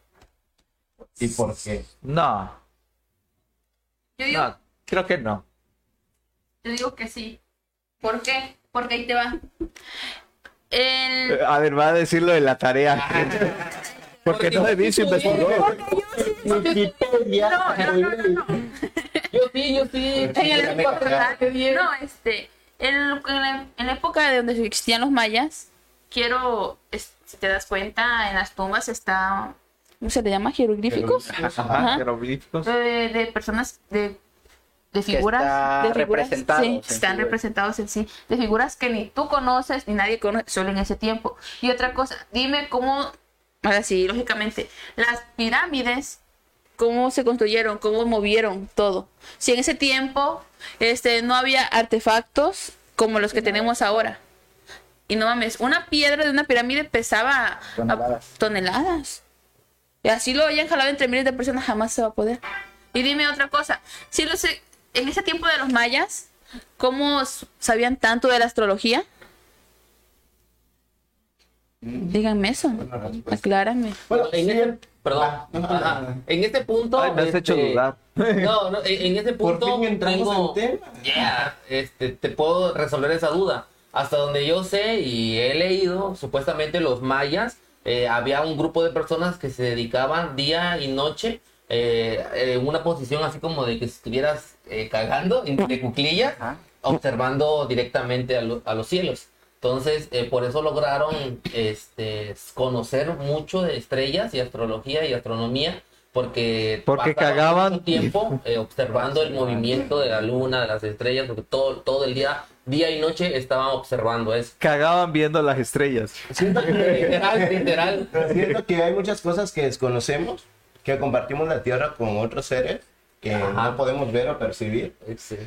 S1: ¿Y por qué?
S2: No,
S6: Yo digo,
S2: no, creo que no.
S6: yo digo que sí. ¿Por qué? Porque ahí te va.
S2: Eh,
S6: El...
S2: A ver, va a decir lo de la tarea. Ah. Porque no he visto investigador.
S1: Wikipedia.
S6: No, no, no, no, no.
S3: Yo sí, yo sí.
S6: En el-
S1: Ya me cagaste,
S6: No, este, el- en, la, en la época de donde existían los mayas, quiero, es- si te das cuenta, en las tumbas está, ¿cómo se le llama? Jeroglíficos. ¿Ah?
S2: Ajá, jeroglíficos.
S6: De, de personas, de, de
S4: Que
S6: figuras.
S4: está
S6: de figuras,
S4: representados
S6: sí,
S4: en
S6: están
S4: figuras.
S6: representados en sí. De figuras que ni tú conoces, ni nadie conoce, solo en ese tiempo. Y otra cosa, dime cómo, ahora sí, lógicamente, las pirámides cómo se construyeron, cómo movieron todo. Si en ese tiempo este, no había artefactos como los que tenemos ahora. Y no mames, una piedra de una pirámide pesaba a-
S5: Toneladas.
S6: toneladas. Y así lo hayan jalado entre miles de personas, jamás se va a poder. Y dime otra cosa, si los, en ese tiempo de los mayas, ¿cómo s- sabían tanto de la astrología? Díganme eso, aclárame.
S3: Bueno, en
S1: Sí,
S3: este, perdón,
S1: Ah, no, no,
S3: Ajá.
S1: no, no.
S3: en este punto.
S2: Ay, me has
S3: este,
S2: hecho dudar.
S3: No, no, en, en este
S1: Por
S3: punto.
S1: fin entramos
S3: tengo-
S1: en tema.
S3: Yeah, este, te puedo resolver esa duda. Hasta donde yo sé y he leído, supuestamente los mayas, eh, había un grupo de personas que se dedicaban día y noche eh, en una posición así como de que estuvieras eh, cagando en- de cuclillas, observando directamente a, lo- a los cielos. Entonces, eh, por eso lograron este, conocer mucho de estrellas y astrología y astronomía, porque
S2: Porque
S3: pasaban
S2: cagaban.
S3: mucho tiempo eh, observando el movimiento de la luna, de las estrellas, porque todo, todo el día, día y noche estaban observando eso.
S2: Cagaban viendo las estrellas.
S1: Siento que,
S3: Literal, literal.
S1: siento que hay muchas cosas que desconocemos, que compartimos la Tierra con otros seres que
S3: Ajá.
S1: no podemos ver o percibir.
S3: Sí.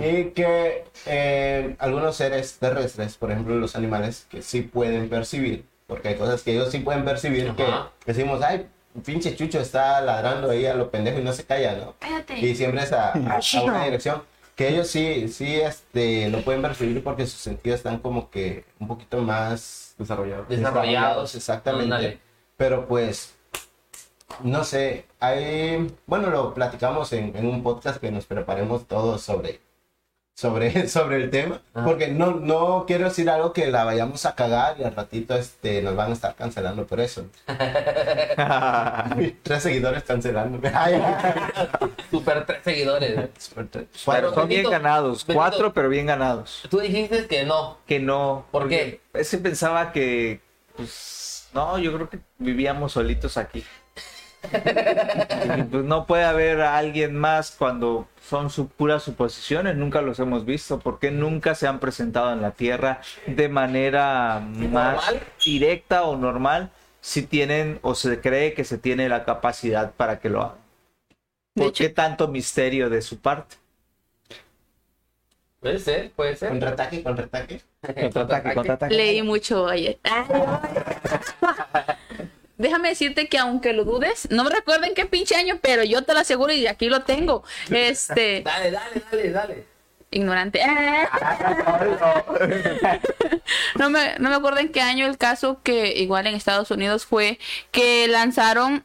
S1: Y que eh, algunos seres terrestres, por ejemplo los animales, que sí pueden percibir, porque hay cosas que ellos sí pueden percibir que
S3: Ajá.
S1: decimos, ay, pinche chucho está ladrando ahí a lo pendejo y no se calla, ¿no?
S6: Cállate.
S1: Y siempre es a, a- a una dirección. que ellos sí, sí, este, lo pueden percibir porque sus sentidos están como que un poquito más
S5: Desarrollado.
S3: Desarrollados.
S1: exactamente.
S3: Ándale.
S1: Pero pues, no sé, hay, bueno, lo platicamos en, en un podcast que nos preparemos todos sobre, sobre, sobre el tema,
S3: Ajá.
S1: porque no, no quiero decir algo que la vayamos a cagar y al ratito este, nos van a estar cancelando por eso. Tres seguidores cancelando. Ay,
S3: Super tres seguidores.
S1: suerte.
S2: Pero
S1: Cuatro.
S2: son bien
S3: Benito,
S2: ganados.
S3: Benito.
S2: Cuatro, pero bien ganados.
S3: Tú dijiste que no.
S2: Que no.
S3: ¿Por
S2: porque Ese pensaba que. Pues. No, yo creo que vivíamos solitos aquí. Y, pues, no puede haber a alguien más cuando son su, puras suposiciones. Nunca los hemos visto. Porque nunca se han presentado en la Tierra de manera más
S3: normal?
S2: directa o normal. Si tienen o se cree que se tiene la capacidad para que lo hagan.
S6: De
S2: ¿Por
S6: hecho-
S2: qué tanto misterio de su parte?
S3: Puede ser, puede ser.
S1: Contraataque, contraataque.
S2: Contraataque, contraataque.
S6: Leí mucho ayer. Ay, ay. Déjame decirte que aunque lo dudes, no me recuerdo en qué pinche año, pero yo te lo aseguro y aquí lo tengo. Este,
S3: Dale, dale, dale, dale.
S6: ignorante. No me, no me acuerdo en qué año el caso que igual en Estados Unidos fue que lanzaron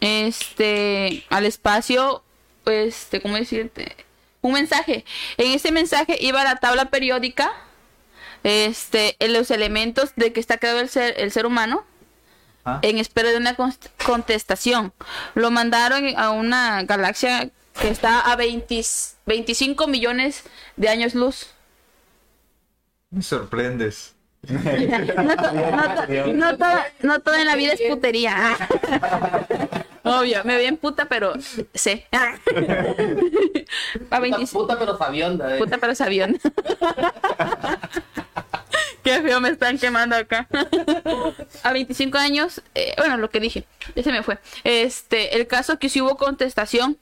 S6: este al espacio este, ¿cómo decirte? Un mensaje. En ese mensaje iba la tabla periódica este, en los elementos de que está creado el ser, el ser humano
S2: Ah.
S6: en espera de una const- contestación. Lo mandaron a una galaxia que está a 20 25 millones de años luz.
S2: Me sorprendes.
S6: No, to- no to- no toda, no toda en la vida es putería. Obvio, me vi en puta, pero sé. A
S3: Puta,
S6: 25
S3: puta pero sabionda. eh.
S6: Puta, pero es avión. Qué feo me están quemando acá. A 25 años, eh, bueno, lo que dije, ya se me fue. Este, el caso que sí hubo contestación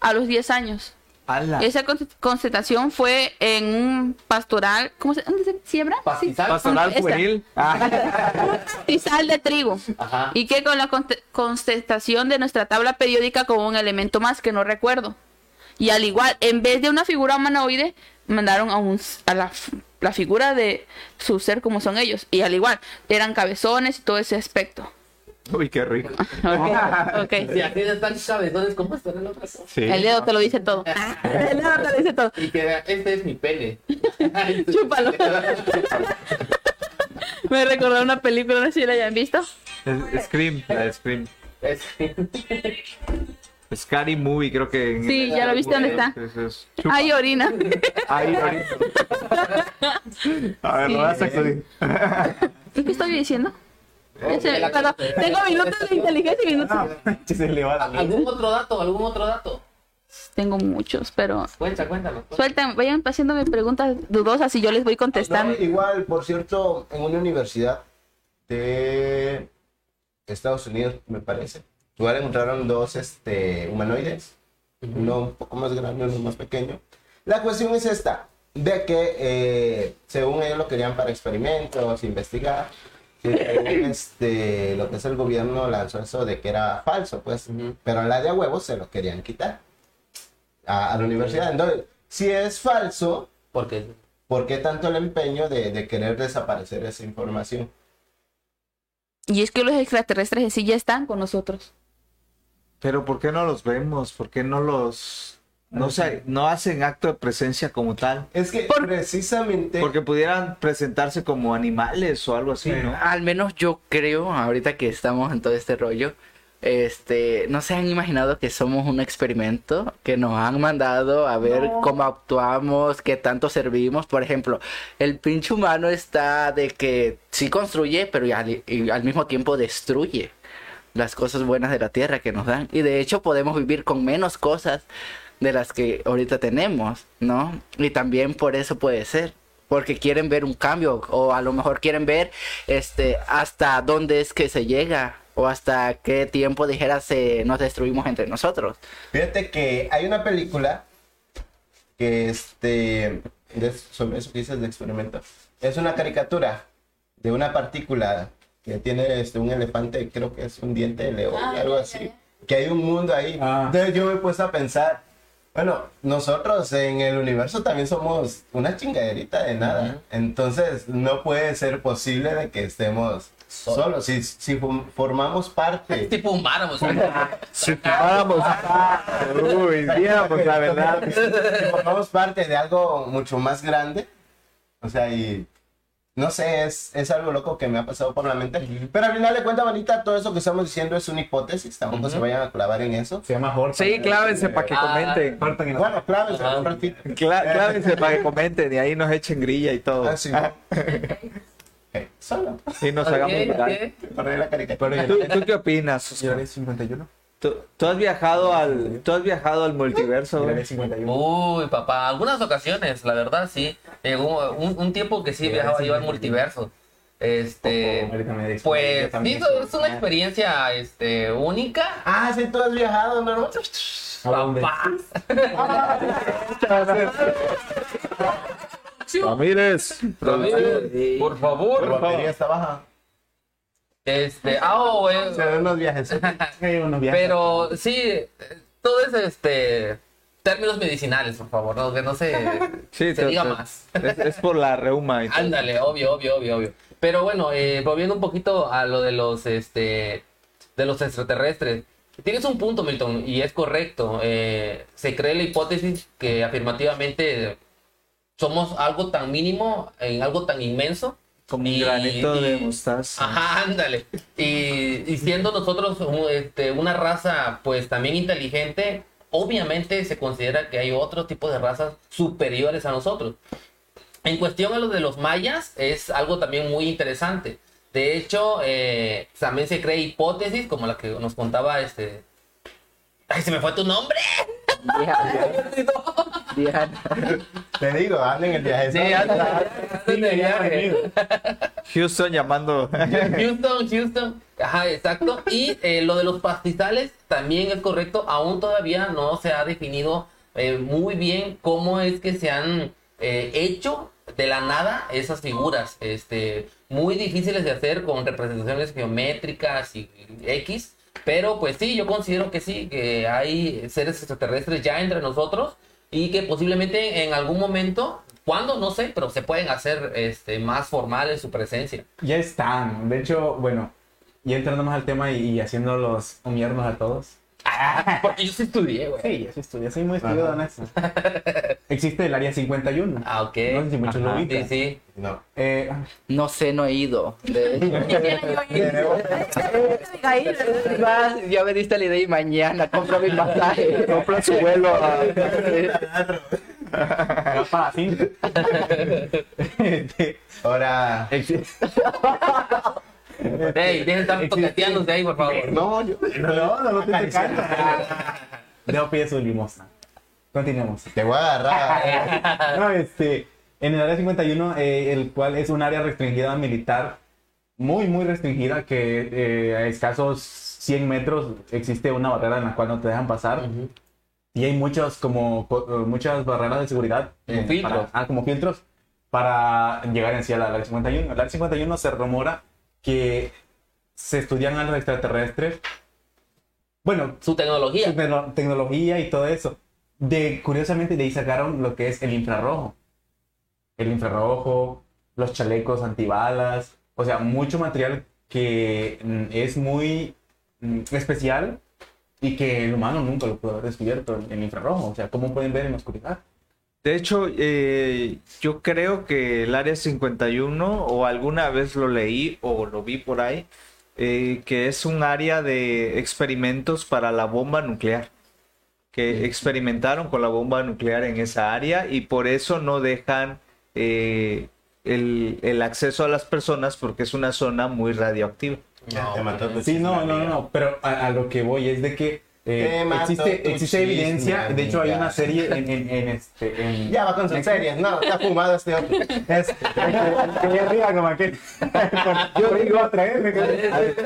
S6: a los 10 años.
S2: Ala.
S6: Esa conte- contestación fue en un pastoral, ¿cómo se, dónde se siembra? Sí.
S3: Pastizal.
S2: Pastoral
S6: Esa.
S2: juvenil. Ah,
S6: Pastizal de trigo.
S3: Ajá.
S6: Y que con la conte- contestación de nuestra tabla periódica como un elemento más que no recuerdo. Y al igual, en vez de una figura humanoide, mandaron a, un, a la, f- la figura de su ser como son ellos. Y al igual, eran cabezones y todo ese aspecto.
S2: uy, qué rico.
S6: Ok, ok.
S3: Si así de tan cabezones, ¿cómo están en otras?
S5: Sí.
S6: El dedo te lo dice todo. El dedo te lo dice todo.
S3: Y que vea, este es mi pene. este
S6: Chúpalo. Me recordó una película, no sé si la hayan visto.
S2: Es- Scream, la de Scream.
S3: Es-
S2: Scary Movie, creo que. en-
S6: Sí, ya lo viste, ¿dónde está?
S2: Es- es-
S6: Ay, orina.
S2: Ahí, ahorita.
S5: A ver,
S6: Sí.
S5: raza, que-
S6: ¿Qué estoy diciendo?
S3: Oh,
S6: Ya se- perdón, tengo minutos de inteligencia y minutos.
S5: Se le va la luz.
S3: ¿Algún otro dato? ¿Algún otro dato?
S6: Tengo muchos, pero
S3: Cuenta, cuéntalo.
S6: suelten, vayan haciéndome preguntas dudosas y yo les voy
S1: No,
S6: contestando.
S1: igual, por cierto, en una universidad de Estados Unidos, me parece, igual encontraron dos este, humanoides, uno un poco más grande, uno más pequeño. La cuestión es esta, de que eh, según ellos lo querían para experimentos, investigar, y según, este, lo que es el gobierno lanzó eso de que era falso, pues,
S3: Ujú.
S1: pero la de a huevos se lo querían quitar a, a la universidad. Entonces, si es falso,
S3: Porque
S1: ¿Por qué tanto el empeño de, de querer desaparecer esa información?
S6: Y es que los extraterrestres en sí ya están con nosotros.
S2: Pero ¿por qué no los vemos? ¿Por qué no los. No, se- no hacen acto de presencia como tal?
S1: Es que precisamente...
S2: Porque pudieran presentarse como animales o algo así, ¿no?
S4: Al menos yo creo, ahorita que estamos en todo este rollo, este, no se han imaginado que somos un experimento, que nos han mandado a ver cómo actuamos, qué tanto servimos. Por ejemplo, el pinche humano está de que sí construye, pero y al, y al mismo tiempo destruye las cosas buenas de la tierra que nos dan. Y de hecho podemos vivir con menos cosas de las que ahorita tenemos, ¿no? Y también por eso puede ser. Porque quieren ver un cambio o a lo mejor quieren ver este hasta dónde es que se llega o hasta qué tiempo dijera se nos destruimos entre nosotros.
S1: Fíjate que hay una película que este... de- sobre eso que dices de experimento. Es una caricatura de una partícula que tiene este, un elefante, creo que es un diente de león,
S7: Ah,
S1: algo
S7: ya, ya,
S1: así.
S7: ya.
S1: Que hay un mundo ahí.
S5: Ah.
S1: Entonces yo me he puesto a pensar, Bueno, nosotros en el universo también somos una chingaderita de nada. Entonces, no puede ser posible de que estemos solos. Si, si form- formamos parte.
S3: Tipo un páramo, ¿sabes?
S2: Si fuéramos- Uy, digamos la verdad.
S1: Si pues, formamos parte de algo mucho más grande. O sea, y no sé, es, es algo loco que me ha pasado por la mente. Pero al final de cuentas, manita, todo eso que estamos diciendo es una hipótesis. Tampoco se vayan a clavar en eso.
S5: Se llama Horton.
S2: Sí, clávense para que
S3: Ah.
S2: comenten.
S1: Bueno, claves,
S3: Ajá.
S1: un ratito.
S2: Cla- clávense para que comenten y ahí nos echen grilla y todo.
S1: Ah, sí. Ok, Solo.
S2: Y nos
S3: Ok,
S2: hagamos viral.
S3: ok.
S1: Perdí la caricatura.
S5: Pero
S2: ¿Tú, tú qué opinas?
S5: yo
S2: Oscar?
S5: era 51.
S2: ¿Tú, tú has viajado al, tú has viajado al multiverso.
S5: Yo
S2: güey?
S5: era 51.
S3: Uy, papá, algunas ocasiones, la verdad, sí. Llegó un, un tiempo que sí viajaba yo al multiverso. Este,
S5: Ahorita me dices,
S3: pues,
S5: yo también
S3: sí,
S5: soy-
S3: es una experiencia, este, única.
S1: Ah, sí, tú has viajado, ¿no?
S5: ¿A dónde?
S3: Papá,
S2: Ramírez.
S3: Ramírez, por favor.
S1: La batería está baja.
S3: Este, ah, oh, eh,
S1: Se ven unos viajes.
S5: Sí, unos viajes.
S3: pero sí, eh, todo es, este, términos medicinales, por favor, no, que no se,
S2: Sí,
S3: se
S2: te-
S3: diga
S2: te-
S3: más.
S2: Es, es por la reuma. y todo.
S3: Ándale, obvio, obvio, obvio, obvio. Pero bueno, eh, volviendo un poquito a lo de los, este, de los extraterrestres. Tienes un punto, Milton, y es correcto. Eh, se cree la hipótesis que afirmativamente somos algo tan mínimo en algo tan inmenso.
S2: Como un
S3: Y-
S2: granito de
S3: y-
S2: mostaza.
S3: Ajá, ándale. Y, y siendo nosotros un- este, una raza, pues también inteligente, obviamente se considera que hay otro tipo de razas superiores a nosotros. En cuestión a lo de los mayas, es algo también muy interesante. De hecho, eh, también se cree hipótesis, como la que nos contaba este. ¡Ay, se me fue tu nombre!
S4: Diana, Diana.
S1: Te digo, anden el viaje.
S3: Sí, anda,
S5: Sí,
S3: anda de
S5: ya
S3: viaje.
S5: venido.
S2: Houston llamando.
S3: Houston, Houston. Ajá, exacto. Y eh, lo de los pastizales también es correcto. Aún todavía no se ha definido eh, muy bien cómo es que se han eh, hecho de la nada esas figuras. Este, muy difíciles de hacer con representaciones geométricas y y X. Pero pues sí, yo considero que sí, que hay seres extraterrestres ya entre nosotros y que posiblemente en algún momento, cuando no sé, pero se pueden hacer este, más formales su presencia.
S5: Ya están. De hecho, bueno, ya entrando más al tema y, y haciéndolos humillarnos a todos.
S3: Porque yo sí estudié, güey.
S5: Sí, yo sí estudié, soy muy estudiado en eso. Existe el área 51.
S3: Ah, ok.
S5: No sé si muchos lo
S3: Ajá,
S5: ubican.
S3: Sí,
S1: No.
S5: Eh,
S4: No sé, no he ido. De hecho.
S6: Quisiera yo ir. Abigail, ¿verdad?
S4: Vas, ya me diste la idea y mañana compro mi pasaje.
S2: Compra su vuelo ah. a-
S5: era para cinco. Este,
S1: Ahora.
S5: existe-
S3: sí. Ey, dejen de estar toqueteándose ahí, por favor.
S1: No, yo.
S5: No, no, no te
S1: Acariciar.
S5: canto. No pide su limosna. Continuemos.
S1: Te voy a agarrar.
S5: No, este, en el área 51, eh, el cual es un área restringida militar, muy, muy restringida, que eh, a escasos 100 metros existe una barrera en la cual no te dejan pasar.
S3: Ujú.
S5: Y hay muchos, como, co- eh, muchas barreras de seguridad.
S3: Como
S5: eh,
S3: filtros.
S5: para- ah, como filtros para llegar en sí al área 51. El área 51 se rumora que se estudian a los extraterrestres. Bueno,
S3: Su tecnología.
S5: su tecno- tecnología y todo eso. De, curiosamente, de ahí sacaron lo que es el infrarrojo. El infrarrojo, los chalecos antibalas, o sea, mucho material que mm, es muy mm, especial y que el humano nunca lo pudo haber descubierto, el, el infrarrojo. O sea, ¿cómo pueden ver en la oscuridad?
S2: De hecho, eh, yo creo que el Área 51, o alguna vez lo leí o lo vi por ahí, eh, que es un área de experimentos para la bomba nuclear. Que experimentaron con la bomba nuclear en esa área y por eso no dejan eh, el, el acceso a las personas porque es una zona muy radioactiva.
S1: Ya, te mató tu
S5: Sí, no,
S1: chisme,
S5: no, no,
S1: amiga.
S5: no, pero a, a lo que voy es de que eh,
S1: Te mato
S5: existe,
S1: tu
S5: existe
S1: chisme,
S5: evidencia, de hecho hay
S1: amiga.
S5: una serie en, en- en este... en-
S1: Ya va con sus
S5: en-
S1: series. No, está fumado este otro.
S5: Es que me ría como aquel. Yo digo otra vez, me quedé.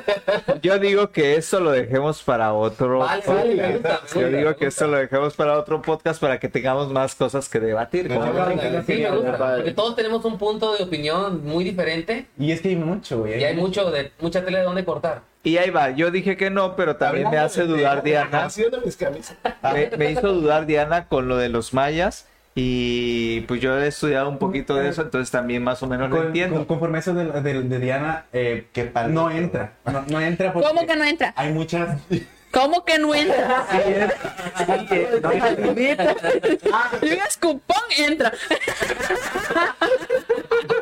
S2: Yo digo que eso lo dejemos para otro.
S3: Vale, vale, me gusta, me
S2: Yo
S3: gusta,
S2: digo
S3: me
S2: que
S3: gusta.
S2: esto lo dejamos para otro podcast para que tengamos más cosas que debatir.
S1: No,
S2: como
S1: no,
S2: que-
S3: Sí, me gusta. Porque todos tenemos un punto de opinión muy diferente
S5: Y es que hay mucho,
S3: y
S5: güey.
S3: hay mucho de, mucha tela de dónde cortar.
S2: Y ahí va, yo dije que no, pero también me
S1: Hablando
S2: hace
S1: de-
S2: dudar
S1: de-
S2: Diana.
S1: haciendo mis camisas.
S2: Me, me hizo dudar Diana con lo de los mayas. Y pues yo he estudiado un poquito de eso, entonces también más o menos lo
S5: Con- con-
S2: entiendo.
S5: conforme a eso de, de- de Diana, eh,
S1: Qué padre.
S5: no entra. No, no entra porque
S6: ¿Cómo que no entra?
S5: hay muchas.
S6: ¿Cómo que no entra?
S5: No,
S6: Digas cupón, entra.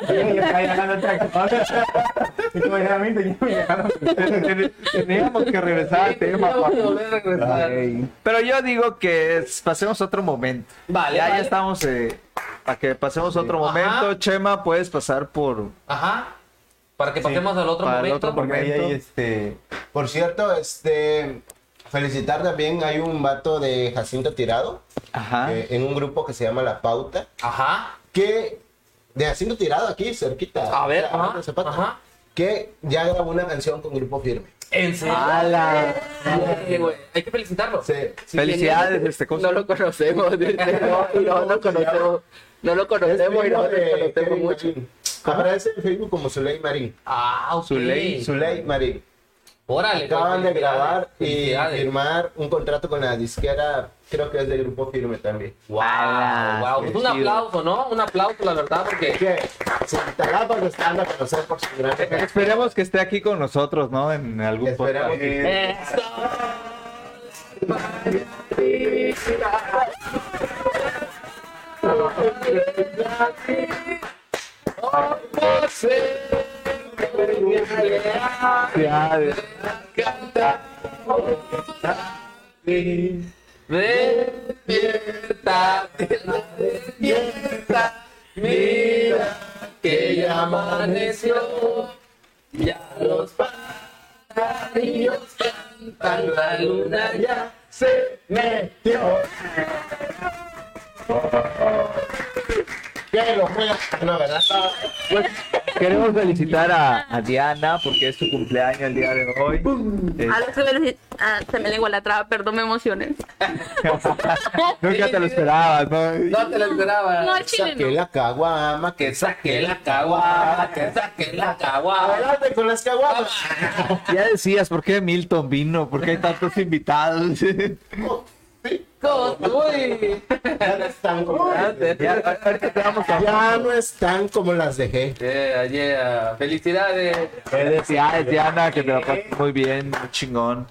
S5: yo estaba llamando otra cosa. Y como ya me dejaron-
S2: Teníamos que regresar al tema.
S3: Vamos a
S2: papá.
S3: volver a regresar.
S2: Pero yo digo que es- pasemos otro momento.
S3: Vale,
S2: Ya, ya
S3: vale.
S2: estamos eh, para que pasemos otro
S3: Ajá.
S2: momento. Chema, puedes pasar por.
S3: Ajá. Para que pasemos al otro
S2: para el
S3: momento.
S2: otro
S5: Porque ahí hay este.
S1: Por cierto, este felicitar también hay un vato de Jacinto Tirado
S3: Ah.
S2: Ajá.
S1: eh, en un grupo que se llama La Pauta
S3: Ajá.
S1: que de Jacinto Tirado aquí cerquita.
S3: A ver,
S1: o sea,
S3: ajá,
S1: abajo de Zapata,
S3: ajá.
S1: que ya grabó una canción con Grupo Firme.
S3: En serio.
S5: ¡Hala!
S3: Eh, güey, Hay que felicitarlo.
S1: Se-
S2: Felicidades, este cosa.
S4: No lo conocemos, dice, no, no, no conocemos. No lo
S1: es
S4: conocemos y
S1: primo
S4: no lo
S1: de
S4: conocemos
S1: Kevin
S4: mucho.
S1: Marín. Aparece en Facebook como Zuley Marín.
S3: Ah, ok.
S2: Zuley,
S1: Zuley Marín.
S3: Órale.
S1: Acaban de
S3: güey, felicidades,
S1: grabar y
S3: felicidades.
S1: firmar un contrato con la disquera, creo que es del Grupo Firme también.
S3: Wow,
S2: Ala,
S3: wow.
S2: qué
S3: Pues un
S2: chido.
S3: aplauso, ¿no? Un aplauso, la verdad, porque
S1: que Cintalapa lo están a conocer por su gran
S2: Esperemos que esté aquí con nosotros, ¿no? En algún
S1: Esperemos
S2: podcast.
S1: que-
S2: Felicidades.
S3: despierta, despierta, mira que ya amaneció, ya los pajarillos cantan, la luna ya se metió.
S1: Que lo juega. No, ¿verdad?
S2: Pues, queremos felicitar a, a Diana porque es su cumpleaños el día de hoy. Eh,
S6: A los primeros- ah, se me lengua la traba, perdón, me emocioné.
S2: nunca te lo esperabas, ¿no?
S3: No te lo esperaba.
S6: No, al chile
S1: Que
S6: no.
S1: la caguama, que
S3: Que saque la caguada, que saque la caguada.
S1: adelante con las caguamas.
S2: Ya decías, ¿por qué Milton vino? ¿Por qué hay tantos invitados?
S3: Uy.
S1: Ya no están como las de-
S2: Ya, ahorita te vamos a-
S1: ya no están como las dejé.
S3: Yeah, yeah. Felicidades.
S2: Felicidades, Eh, Diana, que te la pases muy bien, muy chingón.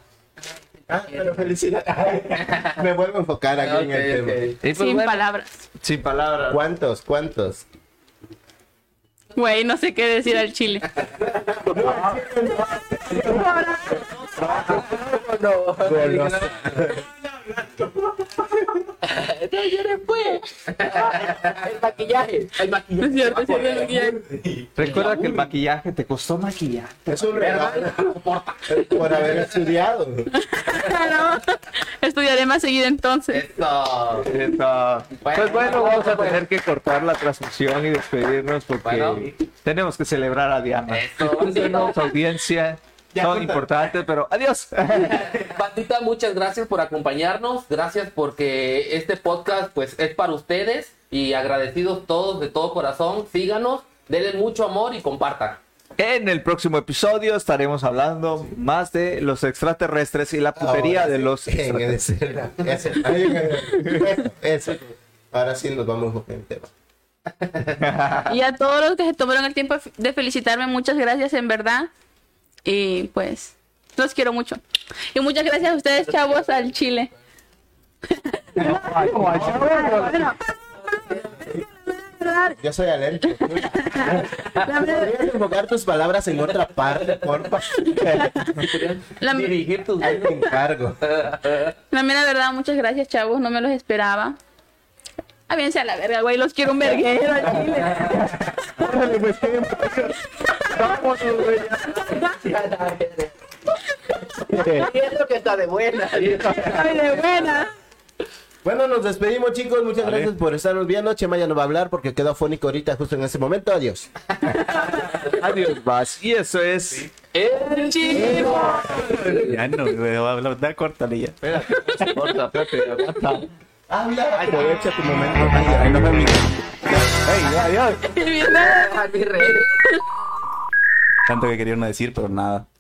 S1: Ah, pero felicidades. Me vuelvo a enfocar aquí en el
S3: Ok,
S1: tema.
S3: ok.
S2: Y pues,
S6: Sin
S2: bueno,
S6: palabras.
S2: sin palabras.
S1: ¿Cuántos? ¿Cuántos?
S6: Güey, no sé qué decir al chile.
S1: Golos.
S6: No es cierto, sí, no es cierto.
S2: Recuerda que el maquillaje te costó maquillaje.
S1: Es un regalo por haber estudiado.
S6: Ah, no. Estudiaré más seguido entonces.
S3: Eso.
S2: Esta- Pues bueno, vamos a tener que cortar la transmisión y despedirnos porque
S3: Bueno.
S2: tenemos que celebrar a Diana.
S3: Eso.
S2: Tenemos audiencia, son importantes, pero adiós.
S3: Bandita, muchas gracias por acompañarnos. Gracias porque este podcast pues es para ustedes y agradecidos todos de todo corazón. Síganos, denle mucho amor y compartan.
S2: En el próximo episodio estaremos hablando más de los extraterrestres y la putería
S1: Ahora
S2: de
S1: sí,
S2: los
S1: en el
S2: extraterrestres.
S1: escena. Eso, ahí en el- eso, eso. Ahora sí nos vamos con el tema.
S6: Y a todos los que se tomaron el tiempo de felicitarme, muchas gracias en verdad. Y pues, los quiero mucho. Y muchas gracias a ustedes, chavos, al chile.
S1: Yo soy alérgico. ¿Podrías enfocar tus palabras en otra parte, porfa?
S6: La,
S3: Dirigir tus
S1: Ahí te encargo.
S6: la mera verdad, muchas gracias, chavos, no me los esperaba. Ah, bien, sea la verga, güey, los quiero un verguero al chile.
S4: Siento que está de buena.
S6: Ay, de buena.
S1: Bueno, nos despedimos, chicos. Muchas gracias por estarnos viendo. Chema ya no va a hablar porque quedó fónico ahorita, justo en ese momento. Adiós.
S2: Adiós, Vas. Y eso es.
S3: El chivo.
S5: Ya no, güey, voy a hablar, da, córtale ya.
S2: Espérate, corta, espérate, aguanta.
S1: Habla.
S5: Aprovecha tu momento. Ay, ay, no me mires. Ey, adiós.
S6: Bien, nada.
S5: Tanto que quería no decir, pero nada.